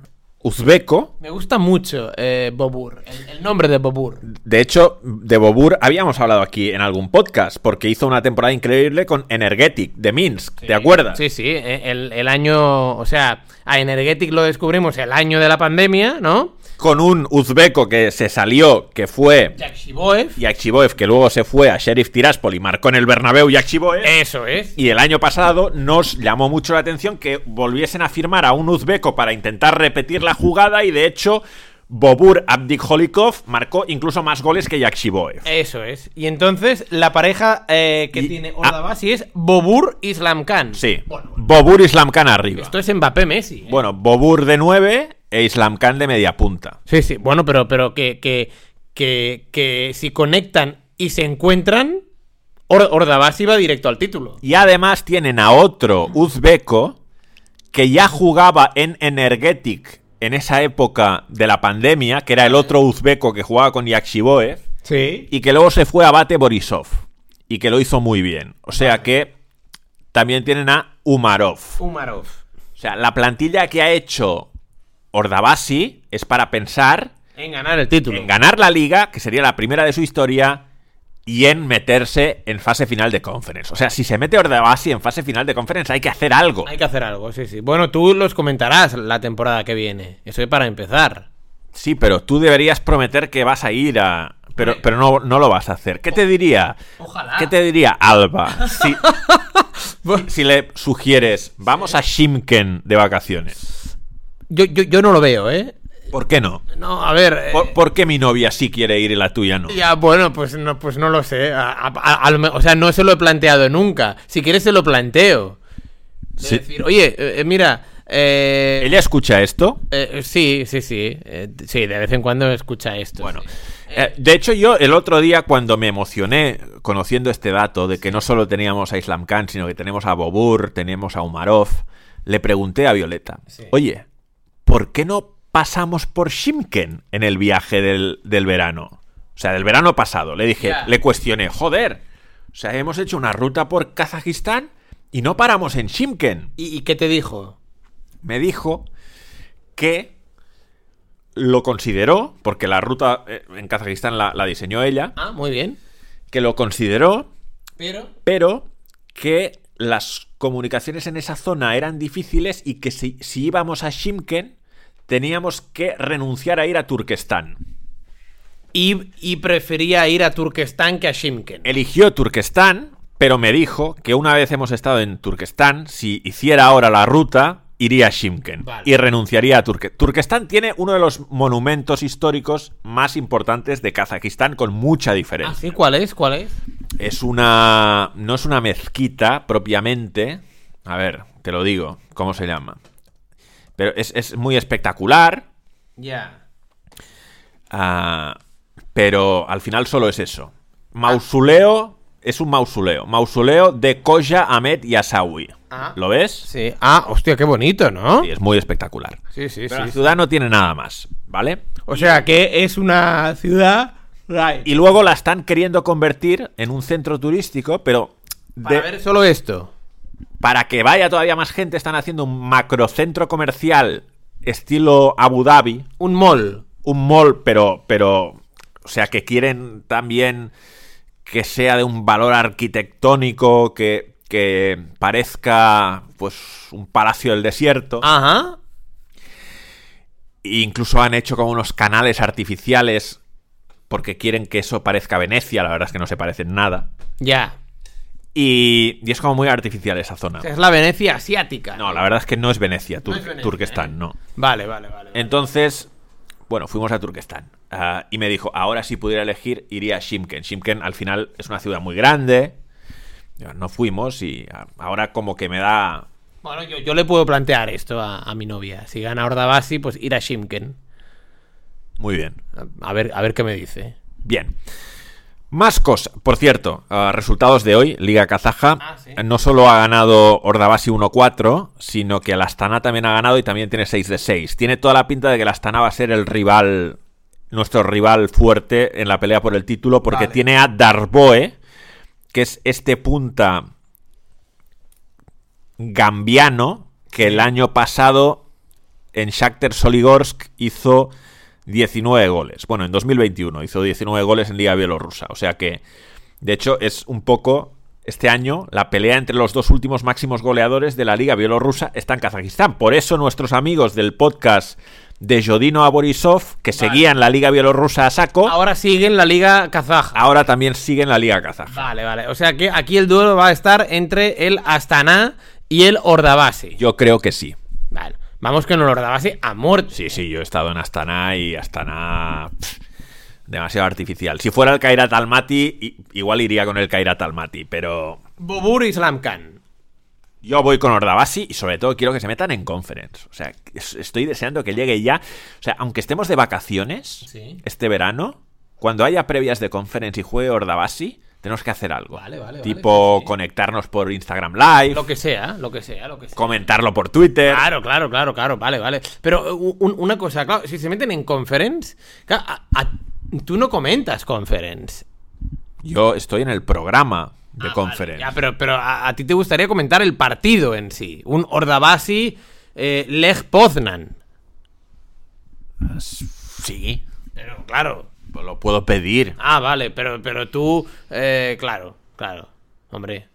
[SPEAKER 1] uzbeco.
[SPEAKER 2] Me gusta mucho eh, Bobur, el, el nombre de Bobur.
[SPEAKER 1] De hecho, de Bobur habíamos hablado aquí en algún podcast, porque hizo una temporada increíble con Energetic de Minsk, ¿te acuerdas?
[SPEAKER 2] Sí, sí, eh, el, el año, o sea, a Energetic lo descubrimos el año de la pandemia, ¿no?
[SPEAKER 1] Con un uzbeco que se salió, que fue
[SPEAKER 2] Yakshiboev.
[SPEAKER 1] Yakshiboev, que luego se fue a Sheriff Tiraspol y marcó en el Bernabéu Yakshiboev.
[SPEAKER 2] Eso es.
[SPEAKER 1] Y el año pasado nos llamó mucho la atención que volviesen a firmar a un uzbeco para intentar repetir la jugada y de hecho Bobur Abdikholikov marcó incluso más goles que Yakshiboev.
[SPEAKER 2] Eso es. Y entonces la pareja eh, que
[SPEAKER 1] Y-
[SPEAKER 2] tiene
[SPEAKER 1] ah.
[SPEAKER 2] Ordabasi es Bobur Islam Khan.
[SPEAKER 1] Sí,
[SPEAKER 2] Bueno,
[SPEAKER 1] Bobur Islamkhan arriba.
[SPEAKER 2] esto es Mbappé Messi. ¿eh?
[SPEAKER 1] Bueno, Bobur de 9 e Islamkhan de media punta.
[SPEAKER 2] Sí, sí. Bueno, pero, pero que, que, que, que si conectan y se encuentran, Or- Ordabasi va directo al título.
[SPEAKER 1] Y además tienen a otro uzbeco que ya jugaba en Energetic en esa época de la pandemia, que era el otro uzbeco que jugaba con Yakshiboev.
[SPEAKER 2] Sí.
[SPEAKER 1] y que luego se fue a Bate Borisov y que lo hizo muy bien. O sea que también tienen a Umarov. O
[SPEAKER 2] Umarov.
[SPEAKER 1] sea, la plantilla que ha hecho Ordabasi es para pensar
[SPEAKER 2] En ganar el título.
[SPEAKER 1] en ganar la liga, que sería la primera de su historia, y en meterse en fase final de conference. O sea, si se mete Ordabasi en fase final de conference, hay que hacer algo.
[SPEAKER 2] Hay que hacer algo, sí, sí. Bueno, tú los comentarás la temporada que viene. Eso es para empezar.
[SPEAKER 1] Sí, pero tú deberías prometer que vas a ir a... Pero,
[SPEAKER 2] Hombre.
[SPEAKER 1] pero no, no lo vas a hacer. ¿Qué te diría?
[SPEAKER 2] Ojalá.
[SPEAKER 1] ¿Qué te diría Alba? Si, si le sugieres, vamos a Shimken de vacaciones.
[SPEAKER 2] Yo, yo, yo no lo veo, ¿eh?
[SPEAKER 1] ¿Por qué no?
[SPEAKER 2] No, a ver. eh,
[SPEAKER 1] ¿Por, por qué mi novia sí quiere ir y la tuya no?
[SPEAKER 2] Ya, bueno, pues no, pues no lo sé. A- a- a- a lo me- o sea, no se lo he planteado nunca. Si quieres, se lo planteo. De
[SPEAKER 1] Sí.
[SPEAKER 2] decir, oye, eh, eh, mira. Eh,
[SPEAKER 1] ¿Ella escucha esto?
[SPEAKER 2] eh, sí, sí, sí. eh, sí, de vez en cuando escucha esto.
[SPEAKER 1] Bueno,
[SPEAKER 2] sí.
[SPEAKER 1] eh, de hecho yo el otro día cuando me emocioné conociendo este dato de que no solo teníamos a Islam Khan, sino que tenemos a Bobur, tenemos a Umarov, le pregunté a Violeta,
[SPEAKER 2] Sí.
[SPEAKER 1] oye, ¿por qué no pasamos por Shimken en el viaje del, del verano? O sea, del verano pasado. Le dije,
[SPEAKER 2] Ya.
[SPEAKER 1] le cuestioné, joder, o sea, hemos hecho una ruta por Kazajistán y no paramos en Shimken
[SPEAKER 2] ¿Y, y qué te dijo?
[SPEAKER 1] me dijo que lo consideró, porque la ruta eh, en Kazajistán la, la diseñó ella,
[SPEAKER 2] Ah, muy bien.
[SPEAKER 1] que lo consideró,
[SPEAKER 2] Pero.
[SPEAKER 1] pero que las comunicaciones en esa zona eran difíciles y que si, si íbamos a Shimken teníamos que renunciar a ir a Turquestán.
[SPEAKER 2] Y, y prefería ir a Turquestán que a Shimken.
[SPEAKER 1] Eligió Turquestán, pero me dijo que una vez hemos estado en Turquestán, si hiciera ahora la ruta, iría a Shimken
[SPEAKER 2] Vale.
[SPEAKER 1] y renunciaría a Turquestán. Turquestán tiene uno de los monumentos históricos más importantes de Kazajistán con mucha
[SPEAKER 2] Ah,
[SPEAKER 1] diferencia.
[SPEAKER 2] sí, ¿cuál es? ¿Cuál es?
[SPEAKER 1] Es una no es una mezquita propiamente, a ver, te lo digo, ¿cómo se llama? Pero es, es muy espectacular,
[SPEAKER 2] Ya.
[SPEAKER 1] Ah, pero al final solo es eso. Mausoleo es un mausoleo. Mausoleo de Koja Ahmed Yasawi.
[SPEAKER 2] Ah.
[SPEAKER 1] ¿Lo ves?
[SPEAKER 2] Sí. Ah, hostia, qué bonito, ¿no?
[SPEAKER 1] Sí, es muy espectacular.
[SPEAKER 2] Sí, sí,
[SPEAKER 1] Pero la ciudad no tiene nada más, ¿vale?
[SPEAKER 2] O sea, que es una ciudad.
[SPEAKER 1] Y luego la están queriendo convertir en un centro turístico, pero de-
[SPEAKER 2] Para ver solo esto.
[SPEAKER 1] para que vaya todavía más gente están haciendo un macrocentro comercial estilo Abu Dhabi,
[SPEAKER 2] Un mall.
[SPEAKER 1] un mall, pero, pero, o sea, que quieren también que sea de un valor arquitectónico, que, que parezca, pues, un palacio del desierto.
[SPEAKER 2] Ajá.
[SPEAKER 1] E incluso han hecho como unos canales artificiales porque quieren que eso parezca Venecia, la verdad es que no se parecen nada.
[SPEAKER 2] Ya.
[SPEAKER 1] Y, y es como muy artificial esa zona.
[SPEAKER 2] O sea, es la Venecia asiática.
[SPEAKER 1] No, la verdad es que no es Venecia, Tur-
[SPEAKER 2] es Venecia,
[SPEAKER 1] Turquestán,
[SPEAKER 2] ¿eh?
[SPEAKER 1] no.
[SPEAKER 2] Vale, vale, vale.
[SPEAKER 1] Entonces, Bueno, fuimos a Turquestán ah, y me dijo, ahora si pudiera elegir iría a Shimken. Shimken al final es una ciudad muy grande. Yo, No fuimos y ah, ahora como que me da...
[SPEAKER 2] Bueno, yo, yo le puedo plantear esto a, a mi novia. Si gana Ordabasi, pues ir a Shimken.
[SPEAKER 1] Muy bien.
[SPEAKER 2] A- A ver, a ver qué me dice.
[SPEAKER 1] Bien. Más cosas. Por cierto, ah, resultados de hoy, Liga Kazaja.
[SPEAKER 2] Ah, sí.
[SPEAKER 1] No solo ha ganado Ordabasi 1-4, sino que el Astana también ha ganado y también tiene 6 de 6. Tiene toda la pinta de que el Astana va a ser el rival, nuestro rival fuerte en la pelea por el título, porque
[SPEAKER 2] Vale.
[SPEAKER 1] tiene a Darboe, que es este punta gambiano, que el año pasado en Shakhtar Soligorsk hizo 19 goles. Bueno, en 2021 hizo 19 goles en Liga Bielorrusa. O sea que, de hecho, es un poco este año la pelea entre los dos últimos máximos goleadores de la Liga Bielorrusa está en Kazajistán. Por eso nuestros amigos del podcast de Jodino a Borisov, que seguían la Liga Bielorrusa a saco, ahora,
[SPEAKER 2] Ahora sigue en la Liga Kazaja.
[SPEAKER 1] también siguen la Liga Kazaja.
[SPEAKER 2] Vale, vale. O sea que aquí el duelo va a estar entre el Astana y el Ordabasi.
[SPEAKER 1] Yo creo que sí.
[SPEAKER 2] Vale. Vamos con el Ordabasi a muerte.
[SPEAKER 1] Sí, sí, yo he estado en Astana y Astana. pff, demasiado artificial. Si fuera el Kairat Almaty, i- igual iría con el Kairat Almaty, pero.
[SPEAKER 2] Bobur Islam Khan.
[SPEAKER 1] Yo voy con Ordabasi y sobre todo quiero que se metan en conference. O sea, es- estoy deseando que llegue ya. O sea, aunque estemos de vacaciones
[SPEAKER 2] Sí.
[SPEAKER 1] este verano, cuando haya previas de conference y juegue Ordabasi, tenemos que hacer algo.
[SPEAKER 2] Vale, vale, vale,
[SPEAKER 1] Tipo
[SPEAKER 2] sí.
[SPEAKER 1] conectarnos por Instagram Live,
[SPEAKER 2] Lo que Ah. sea, lo que sea, lo que sea.
[SPEAKER 1] comentarlo por Twitter.
[SPEAKER 2] Claro, claro, claro, claro, vale, vale. Pero eh, un- un- una cosa, claro, si se meten en conference, claro, a- a- tú no comentas conference.
[SPEAKER 1] Yo estoy en el programa de
[SPEAKER 2] Ah, vale,
[SPEAKER 1] conference.
[SPEAKER 2] ya, pero pero a, a ti te gustaría comentar el partido en sí. Un Ordabasi eh, Lech Poznan.
[SPEAKER 1] Sí,
[SPEAKER 2] Pero claro.
[SPEAKER 1] lo puedo pedir.
[SPEAKER 2] Ah, vale, pero, pero tú, eh, claro, claro. Hombre,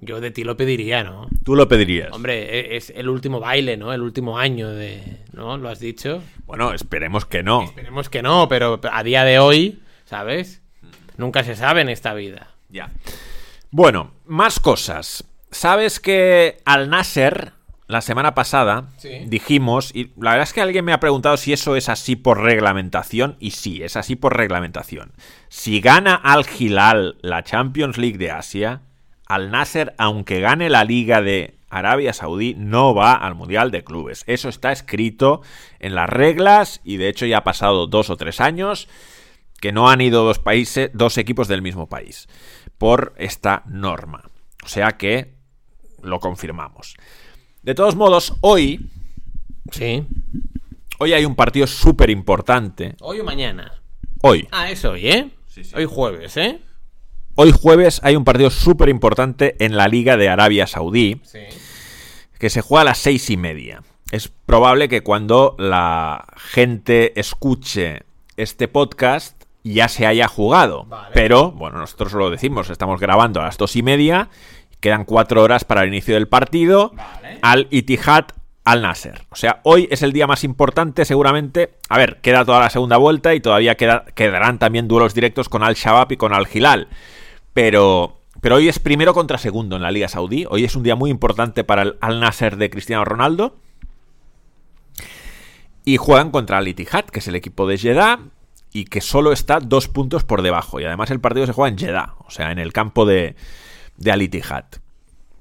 [SPEAKER 2] yo de ti lo pediría, ¿no?
[SPEAKER 1] Tú lo pedirías.
[SPEAKER 2] Hombre, e- es el último baile, ¿no? El último año de... ¿No? ¿Lo has dicho?
[SPEAKER 1] Bueno, esperemos que no.
[SPEAKER 2] Esperemos que no, pero a día de hoy, ¿sabes? Nunca se sabe en esta vida.
[SPEAKER 1] Ya. Bueno, más cosas. Sabes que al Nasser, la semana pasada,
[SPEAKER 2] Sí.
[SPEAKER 1] dijimos, y la verdad es que alguien me ha preguntado si eso es así por reglamentación, y sí, es así por reglamentación. Si gana Al Hilal la Champions League de Asia, Al Nasser, aunque gane la Liga de Arabia Saudí, no va al Mundial de Clubes. Eso está escrito en las reglas, y de hecho ya ha pasado dos o tres años que no han ido dos países, dos equipos del mismo país, por esta norma. O sea que lo confirmamos. De todos modos, hoy,
[SPEAKER 2] Sí.
[SPEAKER 1] hoy hay un partido súper importante.
[SPEAKER 2] Hoy o mañana.
[SPEAKER 1] Hoy,
[SPEAKER 2] Ah, es hoy, ¿eh?
[SPEAKER 1] Sí, sí.
[SPEAKER 2] Hoy jueves, ¿eh?
[SPEAKER 1] hoy jueves hay un partido súper importante en la Liga de Arabia Saudí,
[SPEAKER 2] Sí.
[SPEAKER 1] que se juega a las seis y media. Es probable que cuando la gente escuche este podcast ya se haya jugado.
[SPEAKER 2] Vale.
[SPEAKER 1] Pero, bueno, nosotros lo decimos, estamos grabando a las dos y media, quedan cuatro horas para el inicio del partido,
[SPEAKER 2] Vale.
[SPEAKER 1] al Itihad al Nasser. O sea, hoy es el día más importante seguramente. A ver, queda toda la segunda vuelta y todavía queda- quedarán también duelos directos con Al Shabab y con Al Hilal. Pero, pero hoy es primero contra segundo en la Liga Saudí. Hoy es un día muy importante para el Al Nasser de Cristiano Ronaldo. Y juegan contra Al Ittihad, que es el equipo de Jeddah y que solo está dos puntos por debajo. Y además el partido se juega en Jeddah, o sea, en el campo de, de Al Ittihad.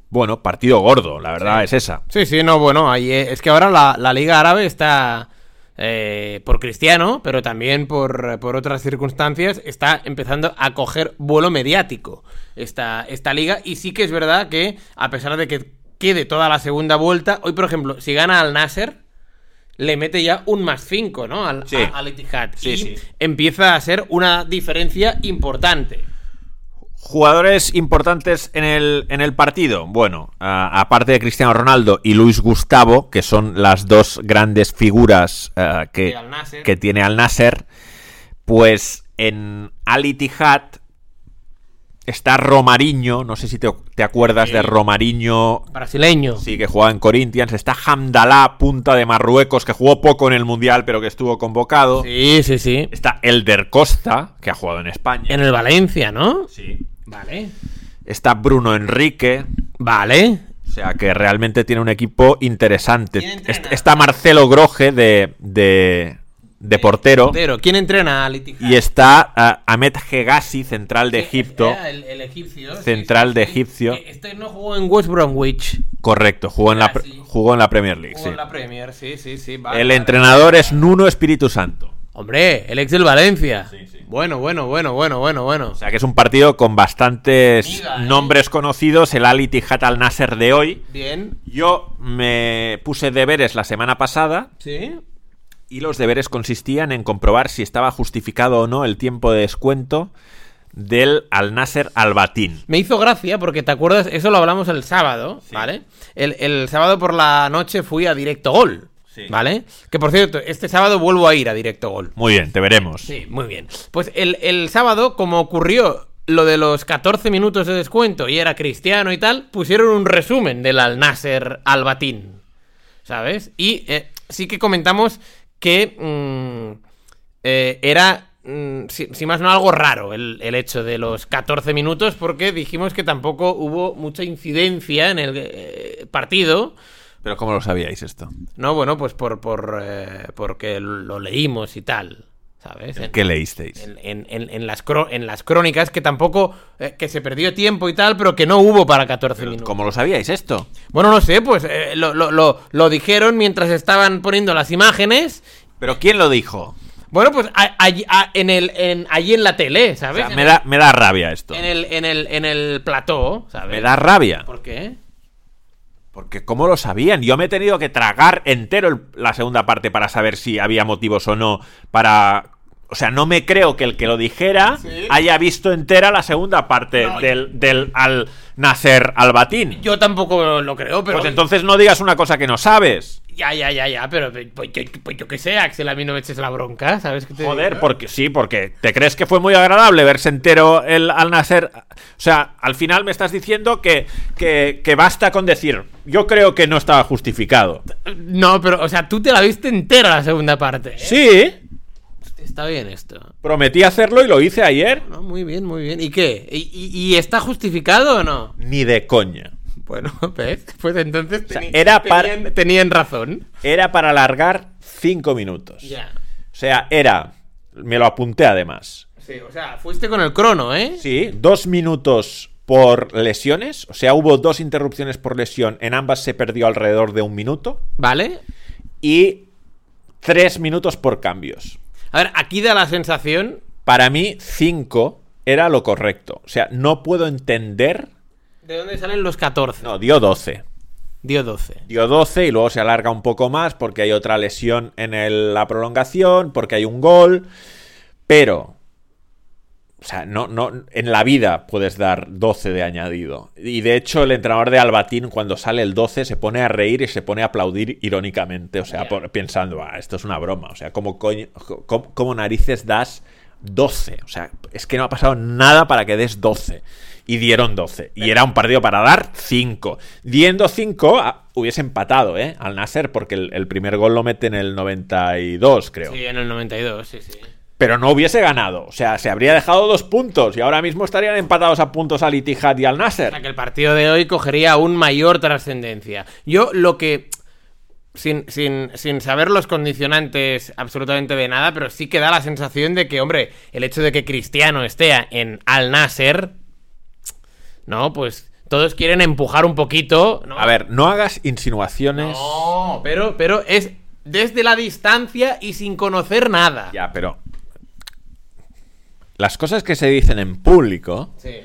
[SPEAKER 1] Bueno, partido gordo, la verdad es esa.
[SPEAKER 2] Sí, sí, no, bueno, ahí eh, es que ahora la, la Liga Árabe está eh, por Cristiano, pero también por, por otras circunstancias, está empezando a coger vuelo mediático esta, esta liga. Y sí que es verdad que, a pesar de que quede toda la segunda vuelta, hoy, por ejemplo, si gana al Nasser, le mete ya un más 5, ¿no? Al,
[SPEAKER 1] Sí.
[SPEAKER 2] a- al Etihad.
[SPEAKER 1] Sí,
[SPEAKER 2] y
[SPEAKER 1] sí.
[SPEAKER 2] empieza a ser una diferencia importante.
[SPEAKER 1] Jugadores importantes en el, en el partido. Bueno, a- aparte de Cristiano Ronaldo y Luis Gustavo, que son las dos grandes figuras ah, que,
[SPEAKER 2] De Al Nasser.
[SPEAKER 1] que tiene Al Nasser, pues en Al Ittihad está Romariño, no sé si te, te acuerdas de Romariño,
[SPEAKER 2] Brasileño.
[SPEAKER 1] sí, que jugaba en Corinthians, está Hamdalá, punta de Marruecos, que jugó poco en el Mundial, pero que estuvo convocado.
[SPEAKER 2] sí, sí. sí.
[SPEAKER 1] Está Elder Costa, que ha jugado en España.
[SPEAKER 2] En el Valencia, ¿no?
[SPEAKER 1] Sí.
[SPEAKER 2] Vale.
[SPEAKER 1] Está Bruno Enrique,
[SPEAKER 2] Vale.
[SPEAKER 1] O sea que realmente tiene un equipo interesante.
[SPEAKER 2] ¿Quién
[SPEAKER 1] Est-
[SPEAKER 2] entrena?
[SPEAKER 1] Está Marcelo Groje de, de, de portero.
[SPEAKER 2] Portero. ¿Quién entrena al Ittihad?
[SPEAKER 1] Y está ah, Ahmed Hegazi, central de
[SPEAKER 2] Sí, eh,
[SPEAKER 1] Egipto.
[SPEAKER 2] era El, el egipcio. sí,
[SPEAKER 1] Central
[SPEAKER 2] sí,
[SPEAKER 1] de
[SPEAKER 2] sí.
[SPEAKER 1] egipcio.
[SPEAKER 2] Eh, Este no jugó en West Bromwich.
[SPEAKER 1] Correcto, jugó en, la,
[SPEAKER 2] Ah,
[SPEAKER 1] pre-
[SPEAKER 2] sí.
[SPEAKER 1] jugó en la Premier League.
[SPEAKER 2] Jugó
[SPEAKER 1] sí.
[SPEAKER 2] en la Premier, sí, sí, sí. vale,
[SPEAKER 1] El
[SPEAKER 2] vale.
[SPEAKER 1] entrenador es Nuno Espíritu Santo.
[SPEAKER 2] Hombre, el ex del Valencia.
[SPEAKER 1] Sí, sí.
[SPEAKER 2] Bueno, bueno, bueno, bueno, bueno, bueno.
[SPEAKER 1] O sea que es un partido con bastantes
[SPEAKER 2] Amiga, ¿eh?
[SPEAKER 1] nombres conocidos, el Ali Tijat al Nasser de hoy.
[SPEAKER 2] Bien.
[SPEAKER 1] Yo me puse deberes la semana pasada
[SPEAKER 2] Sí.
[SPEAKER 1] y los deberes consistían en comprobar si estaba justificado o no el tiempo de descuento del Al Nasser al Batín.
[SPEAKER 2] Me hizo gracia porque te acuerdas, eso lo hablamos el sábado, ¿vale? El, el sábado por la noche fui a Directo Gol,
[SPEAKER 1] Sí.
[SPEAKER 2] ¿vale? Que por cierto, este sábado vuelvo a ir a Directo Gol.
[SPEAKER 1] Muy bien, te veremos.
[SPEAKER 2] Sí, muy bien. Pues el, el sábado, como ocurrió lo de los 14 minutos de descuento y era cristiano y tal, pusieron un resumen del Al Nasser al Batín, ¿sabes? Y eh, sí que comentamos que mm, eh, era, mm, si, si más no, algo raro el, el hecho de los 14 minutos, porque dijimos que tampoco hubo mucha incidencia en el eh, partido.
[SPEAKER 1] Pero ¿cómo lo sabíais esto?
[SPEAKER 2] No, bueno, pues por, por eh, porque lo leímos y tal, ¿sabes? En-
[SPEAKER 1] ¿Qué leísteis?
[SPEAKER 2] en, en- en- en las, cro- en las crónicas que tampoco, eh, que se perdió tiempo y tal, pero que no hubo para 14 minutos.
[SPEAKER 1] ¿Cómo lo sabíais esto?
[SPEAKER 2] Bueno, no sé, pues eh, lo, lo- lo- lo dijeron mientras estaban poniendo las imágenes.
[SPEAKER 1] ¿Pero quién lo dijo?
[SPEAKER 2] Bueno, pues a- allí, a- en el, en, allí Pues en la tele,
[SPEAKER 1] O
[SPEAKER 2] ¿sabes?
[SPEAKER 1] sea, me, da, me da rabia esto.
[SPEAKER 2] en, el, en, el, en el plató, ¿sabes?
[SPEAKER 1] Me da rabia.
[SPEAKER 2] ¿Por qué?
[SPEAKER 1] Porque ¿cómo lo sabían? Yo me he tenido que tragar entero el- la segunda parte para saber si había motivos o no para... O sea, no me creo que el que lo dijera
[SPEAKER 2] Sí.
[SPEAKER 1] haya visto entera la segunda parte
[SPEAKER 2] No,
[SPEAKER 1] del, del al Nasser al Batín.
[SPEAKER 2] Yo tampoco lo creo, pero...
[SPEAKER 1] Pues entonces no digas una cosa que no sabes.
[SPEAKER 2] Ya, ya, ya, ya, pero pues, yo, pues yo qué sé, Axel, a mí no me eches la bronca, ¿sabes? qué te
[SPEAKER 1] Joder,
[SPEAKER 2] digo?
[SPEAKER 1] porque sí, porque te crees que fue muy agradable verse entero el al Nasser. O sea, al final me estás diciendo que, que, que basta con decir, yo creo que no estaba justificado.
[SPEAKER 2] ¿Eh? No, pero, o sea, tú te la viste entera la segunda parte. ¿eh?
[SPEAKER 1] Sí,
[SPEAKER 2] Está bien esto.
[SPEAKER 1] prometí hacerlo y lo hice ayer.
[SPEAKER 2] No, muy bien, muy bien. ¿Y qué? ¿Y, y- y está justificado o no?
[SPEAKER 1] Ni de coña.
[SPEAKER 2] Bueno, ¿ves? Pues entonces
[SPEAKER 1] sea,
[SPEAKER 2] teni-
[SPEAKER 1] era par-
[SPEAKER 2] tenían, tenían razón.
[SPEAKER 1] Era para alargar cinco minutos. O sea, era. Me lo apunté además.
[SPEAKER 2] Sí, o sea, fuiste con el crono, ¿eh?
[SPEAKER 1] Sí, dos minutos por lesiones. O sea, hubo dos interrupciones por lesión. En ambas se perdió alrededor de un minuto.
[SPEAKER 2] ¿Vale?
[SPEAKER 1] Y tres minutos por cambios.
[SPEAKER 2] A ver, aquí da la sensación...
[SPEAKER 1] Para mí, cinco era lo correcto. O sea, no puedo entender.
[SPEAKER 2] ¿De dónde salen los 14?
[SPEAKER 1] No, dio 12.
[SPEAKER 2] Dio 12.
[SPEAKER 1] dio 12 y luego se alarga un poco más porque hay otra lesión en el- la prolongación, porque hay un gol. Pero, o sea, no, no, en la vida puedes dar 12 de añadido. Y de hecho, el entrenador de Albatín, cuando sale el 12, se pone a reír y se pone a aplaudir irónicamente. O sea,
[SPEAKER 2] Ya.
[SPEAKER 1] por- pensando, "Ah, esto es una broma. O sea, ¿cómo, coño- co- cómo- cómo narices das 12? O sea, es que no ha pasado nada para que des 12. Y dieron 12.
[SPEAKER 2] Eh.
[SPEAKER 1] Y era un partido para dar 5. Diendo 5, ah, hubiese empatado, ¿eh? Al Nasser, porque el, el primer gol lo mete en el 92, creo
[SPEAKER 2] Sí, en el 92, sí, sí.
[SPEAKER 1] pero no hubiese ganado. O sea, se habría dejado dos puntos y ahora mismo estarían empatados a puntos al Itihad y al
[SPEAKER 2] O sea,
[SPEAKER 1] Nasser.
[SPEAKER 2] que el partido de hoy cogería aún mayor trascendencia. Yo lo que. Sin, sin, sin saber los condicionantes absolutamente de nada, pero sí que da la sensación de que, hombre, el hecho de que Cristiano esté en Al Nasser, ¿no? Pues todos quieren empujar un poquito. ¿no?
[SPEAKER 1] A ver, no hagas insinuaciones.
[SPEAKER 2] No, pero, pero es desde la distancia y sin conocer nada.
[SPEAKER 1] Ya, pero. Las cosas que se dicen en público.
[SPEAKER 2] Sí.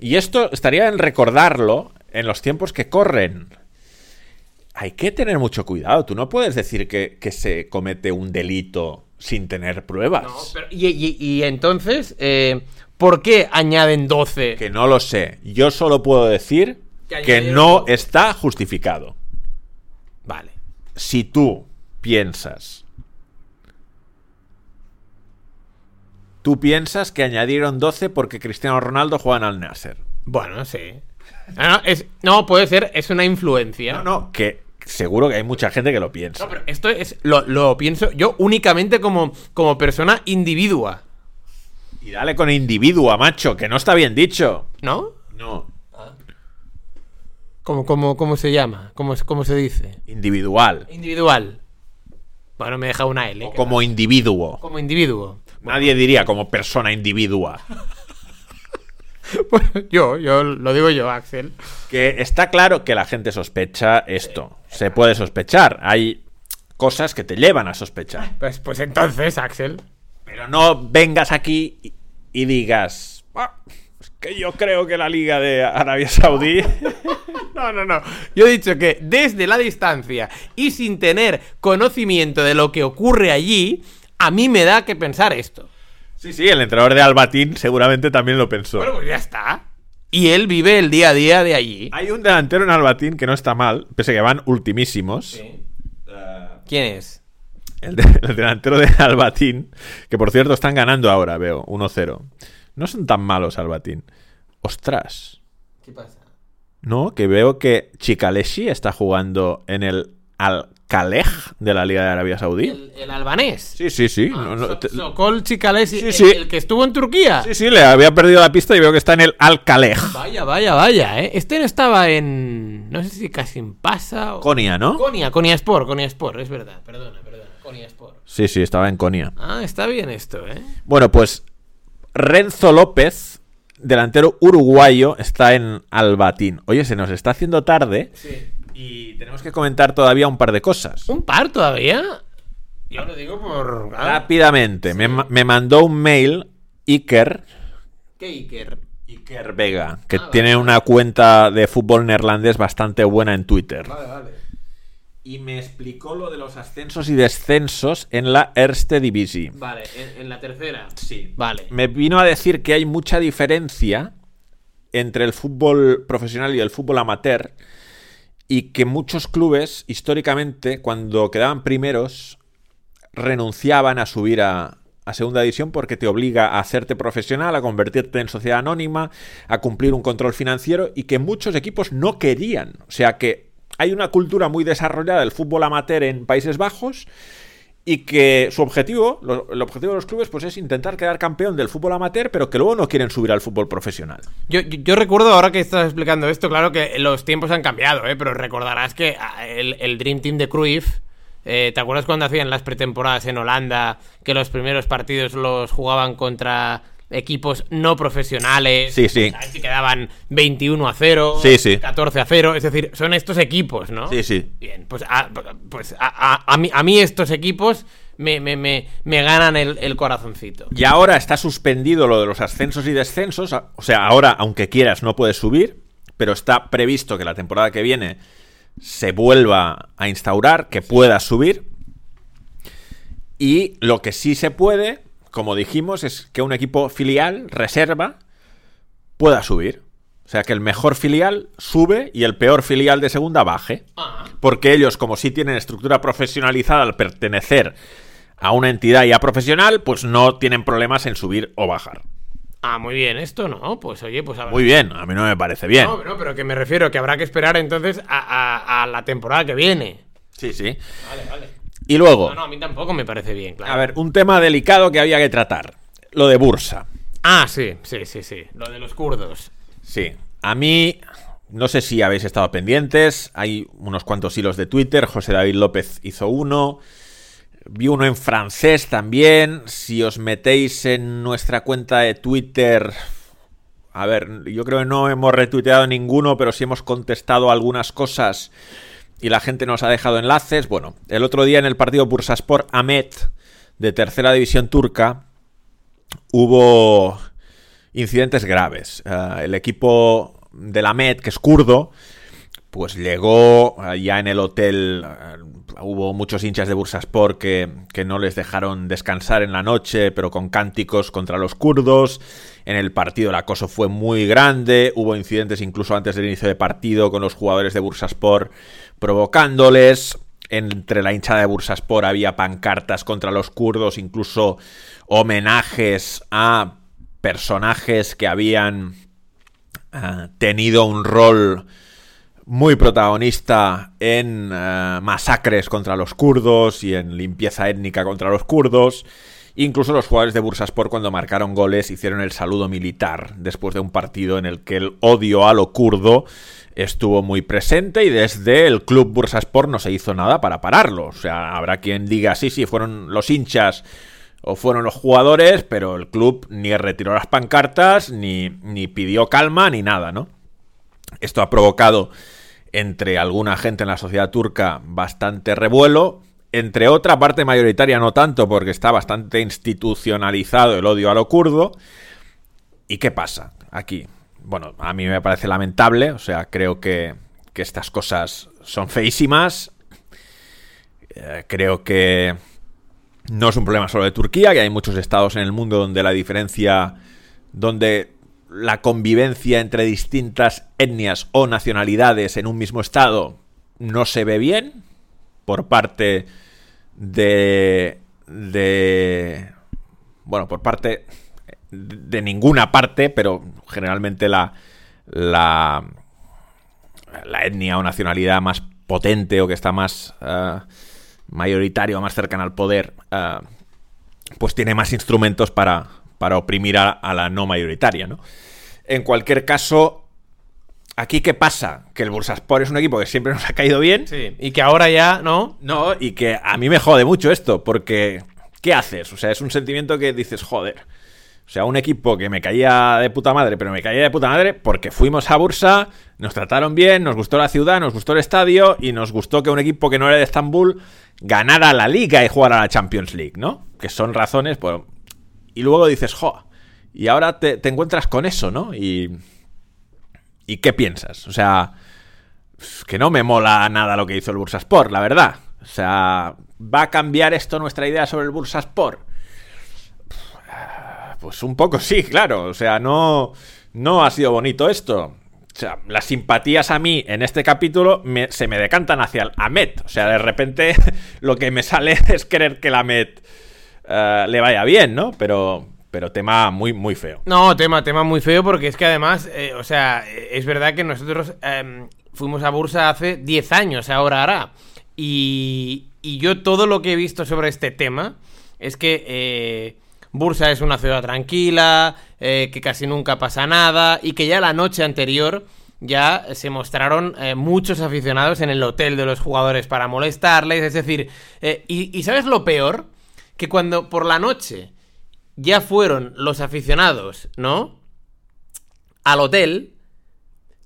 [SPEAKER 1] Y esto estaría en recordarlo en los tiempos que corren. Hay que tener mucho cuidado. Tú no puedes decir que, que se comete un delito sin tener pruebas.
[SPEAKER 2] No, pero- y, y- y entonces, eh, ¿por qué añaden 12?
[SPEAKER 1] Que no lo sé. Yo solo puedo decir
[SPEAKER 2] Que
[SPEAKER 1] que
[SPEAKER 2] añadieron
[SPEAKER 1] no
[SPEAKER 2] todo.
[SPEAKER 1] está justificado.
[SPEAKER 2] Vale.
[SPEAKER 1] si tú piensas. Tú piensas que añadieron 12 porque Cristiano Ronaldo juega en Al Nasser.
[SPEAKER 2] Bueno, sí. Ah, no, es- no, puede ser, es una influencia.
[SPEAKER 1] No, no, que seguro que hay mucha gente que lo piensa.
[SPEAKER 2] No, pero esto es. Lo, lo pienso yo únicamente como, como persona individua,
[SPEAKER 1] Y dale con individua, macho, que no está bien dicho.
[SPEAKER 2] ¿no?
[SPEAKER 1] No.
[SPEAKER 2] ¿Cómo, cómo, cómo se llama? ¿Cómo, es- cómo se dice?
[SPEAKER 1] Individual.
[SPEAKER 2] Individual. Bueno, me deja una L.
[SPEAKER 1] O
[SPEAKER 2] que
[SPEAKER 1] como individuo.
[SPEAKER 2] Como individuo.
[SPEAKER 1] Nadie diría como persona individua.
[SPEAKER 2] Bueno, yo, yo lo digo yo, Axel.
[SPEAKER 1] Que está claro que la gente sospecha esto. Se puede sospechar. Hay cosas que te llevan a sospechar.
[SPEAKER 2] Pues, pues entonces, Axel.
[SPEAKER 1] Pero no vengas aquí y, y digas. "Ah, es que yo creo que la Liga de Arabia Saudí.
[SPEAKER 2] No, no, no. Yo he dicho que desde la distancia y sin tener conocimiento de lo que ocurre allí, a mí me da que pensar esto.
[SPEAKER 1] Sí, sí, el entrenador de Albatín seguramente también lo pensó.
[SPEAKER 2] Bueno, pues ya está. Y él vive el día a día de allí.
[SPEAKER 1] Hay un delantero en Albatín que no está mal, pese a que van ultimísimos.
[SPEAKER 2] ¿Quién es?
[SPEAKER 1] El, de- el delantero de Albatín, que por cierto están ganando ahora, veo, 1-0. No son tan malos Albatín. Ostras.
[SPEAKER 2] ¿Qué pasa?
[SPEAKER 1] No, que veo que Chicaleshi está jugando en el Al-Khalej de la Liga de Arabia Saudí.
[SPEAKER 2] El, el albanés. Ah,
[SPEAKER 1] Sí, sí, sí. no, no,
[SPEAKER 2] So-
[SPEAKER 1] te-
[SPEAKER 2] Sokol Chikalesi,
[SPEAKER 1] Sí,
[SPEAKER 2] el-
[SPEAKER 1] sí.
[SPEAKER 2] El, que estuvo en Turquía.
[SPEAKER 1] sí, sí, le había perdido la pista y veo que está en el Al-Khalej.
[SPEAKER 2] Vaya, vaya, vaya, ¿eh? Este no estaba en. No sé si casi en Pasa o.
[SPEAKER 1] Konya, ¿no?
[SPEAKER 2] Konya, Konya Sport, Konya Sport, es verdad. Perdona, perdona. Konya Sport.
[SPEAKER 1] Sí, sí, estaba en Konya.
[SPEAKER 2] Ah, está bien esto, ¿eh?
[SPEAKER 1] Bueno, pues Renzo López, delantero uruguayo, está en Albatín. Oye, se nos está haciendo tarde
[SPEAKER 2] Sí.
[SPEAKER 1] y tenemos que comentar todavía un par de cosas.
[SPEAKER 2] ¿Un par todavía? Yo lo digo por. Ah,
[SPEAKER 1] Rápidamente, me, ma- me mandó un mail Iker,
[SPEAKER 2] ¿Qué Iker?
[SPEAKER 1] Iker Vega, que tiene una cuenta de fútbol neerlandés bastante buena en Twitter.
[SPEAKER 2] Vale, vale.
[SPEAKER 1] Y me explicó lo de los ascensos y descensos en la Erste Divisie.
[SPEAKER 2] Vale, en, en la tercera.
[SPEAKER 1] Sí.
[SPEAKER 2] Vale.
[SPEAKER 1] me vino a decir que hay mucha diferencia entre el fútbol profesional y el fútbol amateur y que muchos clubes históricamente cuando quedaban primeros renunciaban a subir a, a segunda división porque te obliga a hacerte profesional, a convertirte en sociedad anónima, a cumplir un control financiero y que muchos equipos no querían. O sea que hay una cultura muy desarrollada del fútbol amateur en Países Bajos y que su objetivo, lo- el objetivo de los clubes, pues es intentar quedar campeón del fútbol amateur, pero que luego no quieren subir al fútbol profesional.
[SPEAKER 2] Yo, yo, yo recuerdo ahora que estás explicando esto, claro que los tiempos han cambiado, ¿eh? pero recordarás que ah, el, el Dream Team de Cruyff, eh, ¿te acuerdas cuando hacían las pretemporadas en Holanda, que los primeros partidos los jugaban contra equipos no profesionales?
[SPEAKER 1] Sí, sí.
[SPEAKER 2] O sea, que quedaban 21 a 0,
[SPEAKER 1] Sí, sí.
[SPEAKER 2] 14 a 0, es decir, son estos equipos, ¿no?
[SPEAKER 1] Sí, sí.
[SPEAKER 2] Bien, pues a, pues a, a- a mí, a mí estos equipos me, me, me, me ganan el, el corazoncito.
[SPEAKER 1] Y ahora está suspendido lo de los ascensos y descensos. a- O sea, ahora, aunque quieras, no puedes subir, pero está previsto que la temporada que viene se vuelva a instaurar, que puedas subir. Y lo que sí se puede, como dijimos, es que un equipo filial, reserva, pueda subir. O sea, que el mejor filial sube y el peor filial de segunda baje.
[SPEAKER 2] Ah.
[SPEAKER 1] Porque ellos, como sí tienen estructura profesionalizada al pertenecer a una entidad ya profesional, pues no tienen problemas en subir o bajar.
[SPEAKER 2] Ah, muy bien, esto no, pues oye, pues habrá
[SPEAKER 1] Muy bien, a mí no me parece bien.
[SPEAKER 2] No, no, pero que me refiero que habrá que esperar entonces a, a- a la temporada que viene.
[SPEAKER 1] Sí, sí.
[SPEAKER 2] Vale, vale.
[SPEAKER 1] Y luego,
[SPEAKER 2] No, no, a mí tampoco me parece bien, claro.
[SPEAKER 1] Oh. a ver, un tema delicado que había que tratar. Lo de Bursa.
[SPEAKER 2] Ah, sí, sí, sí, sí. Lo de los kurdos.
[SPEAKER 1] Sí. A mí, no sé si habéis estado pendientes. Hay unos cuantos hilos de Twitter. José David López hizo uno. Vi uno en francés también. Si os metéis en nuestra cuenta de Twitter. A ver, yo creo que no hemos retuiteado ninguno, pero sí hemos contestado algunas cosas y la gente nos ha dejado enlaces. Bueno, el otro día en el partido Bursaspor Amet de tercera división turca hubo incidentes graves. Ah, el equipo de la Met, que es kurdo, pues llegó ah, ya en el hotel. ah, hubo muchos hinchas de Bursaspor que, que no les dejaron descansar en la noche, pero con cánticos contra los kurdos. En el partido el acoso fue muy grande. Hubo incidentes incluso antes del inicio de partido con los jugadores de Bursaspor provocándoles. Entre la hinchada de Bursaspor había pancartas contra los kurdos, incluso homenajes a personajes que habían ah, tenido un rol muy protagonista en eh, masacres contra los kurdos y en limpieza étnica contra los kurdos. Incluso los jugadores de Bursaspor cuando marcaron goles hicieron el saludo militar después de un partido en el que el odio a lo kurdo estuvo muy presente y desde el club Bursaspor no se hizo nada para pararlo. O sea, habrá quien diga, sí, sí, fueron los hinchas o fueron los jugadores, pero el club ni retiró las pancartas, ni, ni pidió calma, ni nada, ¿no? Esto ha provocado entre alguna gente en la sociedad turca bastante revuelo, entre otra parte mayoritaria no tanto porque está bastante institucionalizado el odio a lo kurdo. ¿Y qué pasa aquí? Bueno, a mí me parece lamentable, o sea, creo que, que estas cosas son feísimas. Eh, creo que no es un problema solo de Turquía, que hay muchos estados en el mundo donde la diferencia, donde la convivencia entre distintas etnias o nacionalidades en un mismo estado no se ve bien por parte de... de bueno, por parte de ninguna parte, pero generalmente la, la, la etnia o nacionalidad más potente o que está más... Uh, mayoritario, más cercana al poder, uh, pues tiene más instrumentos para, para oprimir a, a, la no mayoritaria, ¿no? En cualquier caso, ¿aquí qué pasa? Que el Bursaspor es un equipo que siempre nos ha caído bien.
[SPEAKER 2] Sí, y que ahora ya, ¿no?
[SPEAKER 1] No, y que a mí me jode mucho esto, porque ¿qué haces? O sea, es un sentimiento que dices, joder. O sea, un equipo que me caía de puta madre, pero me caía de puta madre porque fuimos a Bursa, nos trataron bien, nos gustó la ciudad, nos gustó el estadio y nos gustó que un equipo que no era de Estambul ganara la liga y jugara la Champions League, ¿no? Que son razones, pues... Y luego dices, jo, y ahora te, te encuentras con eso, ¿no? Y... ¿Y qué piensas? O sea, que no me mola nada lo que hizo el Bursaspor, la verdad. O sea, ¿va a cambiar esto nuestra idea sobre el Bursaspor? Pues un poco sí, claro. O sea, no, no ha sido bonito esto. O sea, las simpatías a mí en este capítulo me, se me decantan hacia el Amet. O sea, de repente lo que me sale es querer que el Amet uh, le vaya bien, ¿no? Pero, pero tema muy, muy feo.
[SPEAKER 2] No, tema, tema muy feo porque es que además, eh, o sea, es verdad que nosotros eh, fuimos a Bursa hace 10 años, ahora hará. Y, y, yo todo lo que he visto sobre este tema es que... Eh, Bursa es una ciudad tranquila, eh, que casi nunca pasa nada y que ya la noche anterior ya se mostraron eh, muchos aficionados en el hotel de los jugadores para molestarles. Es decir, eh, y, y, ¿sabes lo peor? Que cuando por la noche ya fueron los aficionados, ¿no? Al hotel,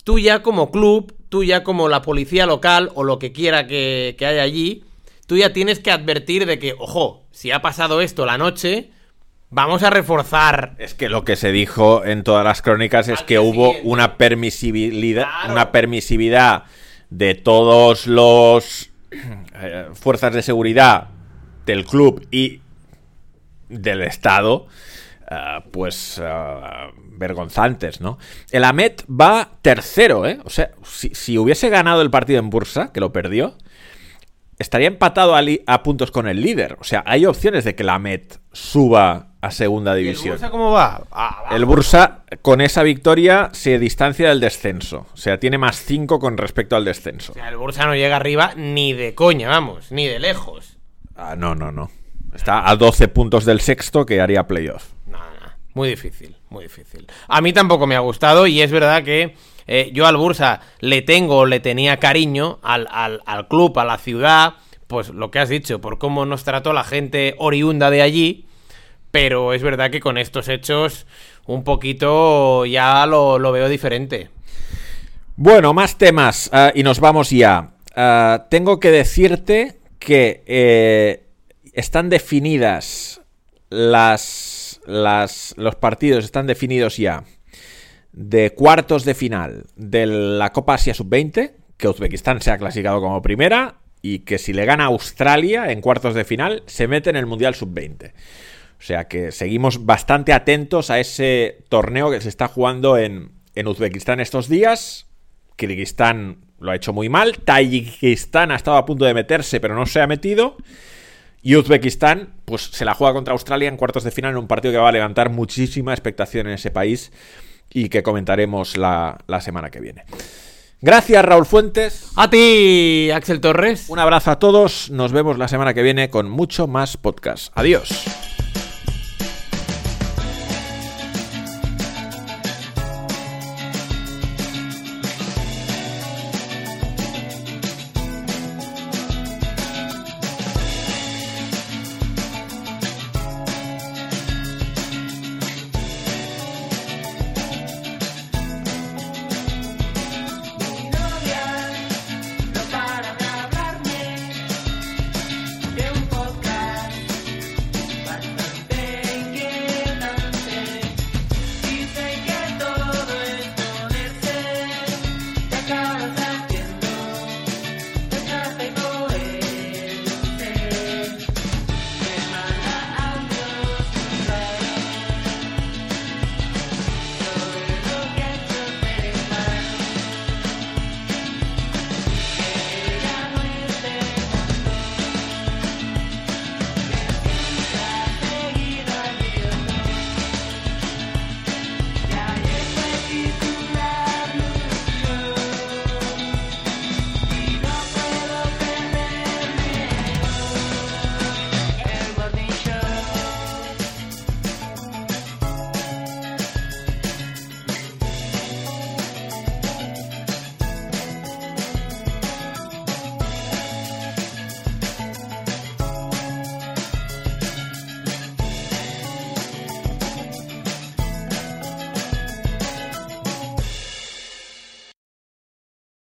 [SPEAKER 2] tú ya como club, tú ya como la policía local o lo que quiera que, que haya allí, tú ya tienes que advertir de que, ojo, si ha pasado esto la noche, Vamos a reforzar.
[SPEAKER 1] Es que lo que se dijo en todas las crónicas es Al que hubo siguiente. una permisibilidad, claro. una permisividad de todos los eh, fuerzas de seguridad del club y del estado, eh, pues eh, vergonzantes, ¿no? El Amet va tercero, ¿eh? O sea, si, si, hubiese ganado el partido en Bursa, que lo perdió, estaría empatado a, a, puntos con el líder. O sea, hay opciones de que la Met suba a segunda división. ¿Y
[SPEAKER 2] ¿El Bursa cómo va?
[SPEAKER 1] Ah, el Bursa, con esa victoria, se distancia del descenso. O sea, tiene más 5 con respecto al descenso. O sea,
[SPEAKER 2] el Bursa no llega arriba ni de coña, vamos, ni de lejos.
[SPEAKER 1] Ah, no, no, no. Está a 12 puntos del sexto que haría playoff.
[SPEAKER 2] No, no, muy difícil, muy difícil. A mí tampoco me ha gustado y es verdad que... Eh, yo al Bursa le tengo, le tenía cariño al, al, al, club, a la ciudad, pues lo que has dicho, por cómo nos trató la gente oriunda de allí. Pero es verdad que con estos hechos un poquito ya lo, lo veo diferente.
[SPEAKER 1] Bueno, más temas uh, y nos vamos ya. Uh, tengo que decirte que eh, están definidas las, las... Los partidos están definidos ya de cuartos de final de la Copa Asia Sub-20, que Uzbekistán se ha clasificado como primera y que si le gana a Australia en cuartos de final se mete en el Mundial Sub-20. O sea que seguimos bastante atentos a ese torneo que se está jugando en, en Uzbekistán estos días. Kirguistán lo ha hecho muy mal, Tayikistán ha estado a punto de meterse pero no se ha metido. Y Uzbekistán, pues se la juega contra Australia en cuartos de final en un partido que va a levantar muchísima expectación en ese país y que comentaremos la, la, semana que viene. Gracias, Raúl Fuentes.
[SPEAKER 2] A ti, Axel Torres.
[SPEAKER 1] Un abrazo a todos. Nos vemos la semana que viene con mucho más podcast. Adiós.